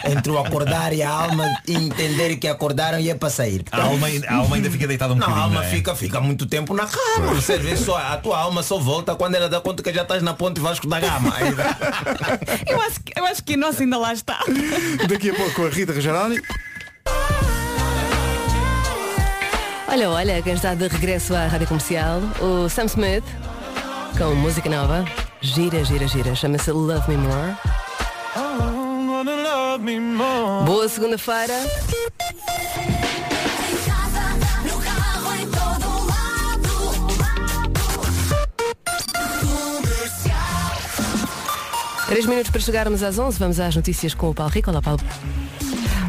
F: entre o acordar e a alma entender que acordaram e é para sair.
E: a alma, a alma ainda fica deitada um
F: Não, a
E: bocadinho
F: alma
E: não é?
F: fica, fica muito tempo na cama. Você vê só, a tua alma só volta quando ela dá conta que já estás na ponte Vasco da Gama. Aí vai-
C: Eu acho, que- eu acho que a nossa ainda lá está.
A: Daqui a pouco a Rita Rogeroni.
I: Olha, olha, quem está de regresso à Rádio Comercial, o Sam Smith, com música nova. Gira, gira, gira. Chama-se Love Me More. Boa segunda-feira.
D: Em casa, no carro, em todo lado.
I: Três minutos para chegarmos às 11. Vamos às notícias com o Paulo Rico. Olá, Paulo.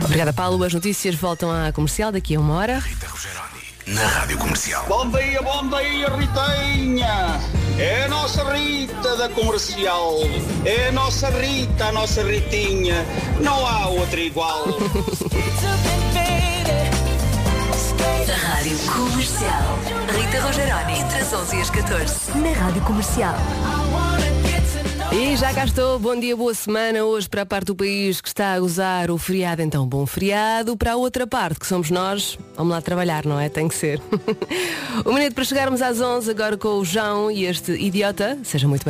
I: Obrigada, Paulo. As notícias voltam à comercial daqui a uma hora.
J: Rita Rogeroni, na Rádio Comercial.
G: Bom dia, bom dia, Ritinha! É a nossa Rita da comercial. É a nossa Rita, a nossa Ritinha. Não há outra igual.
I: Da Rádio Comercial. Rita Rogeroni, entre as 11 e as 14. Na Rádio Comercial.
D: I wanna get to know
F: E já cá estou, bom dia, boa semana. Hoje para a parte do país que está a gozar o feriado, então bom feriado. Para a outra parte, que somos nós, vamos lá trabalhar, não é? Tem que ser. um minuto para chegarmos às 11, agora com o João e este idiota. Seja muito bem.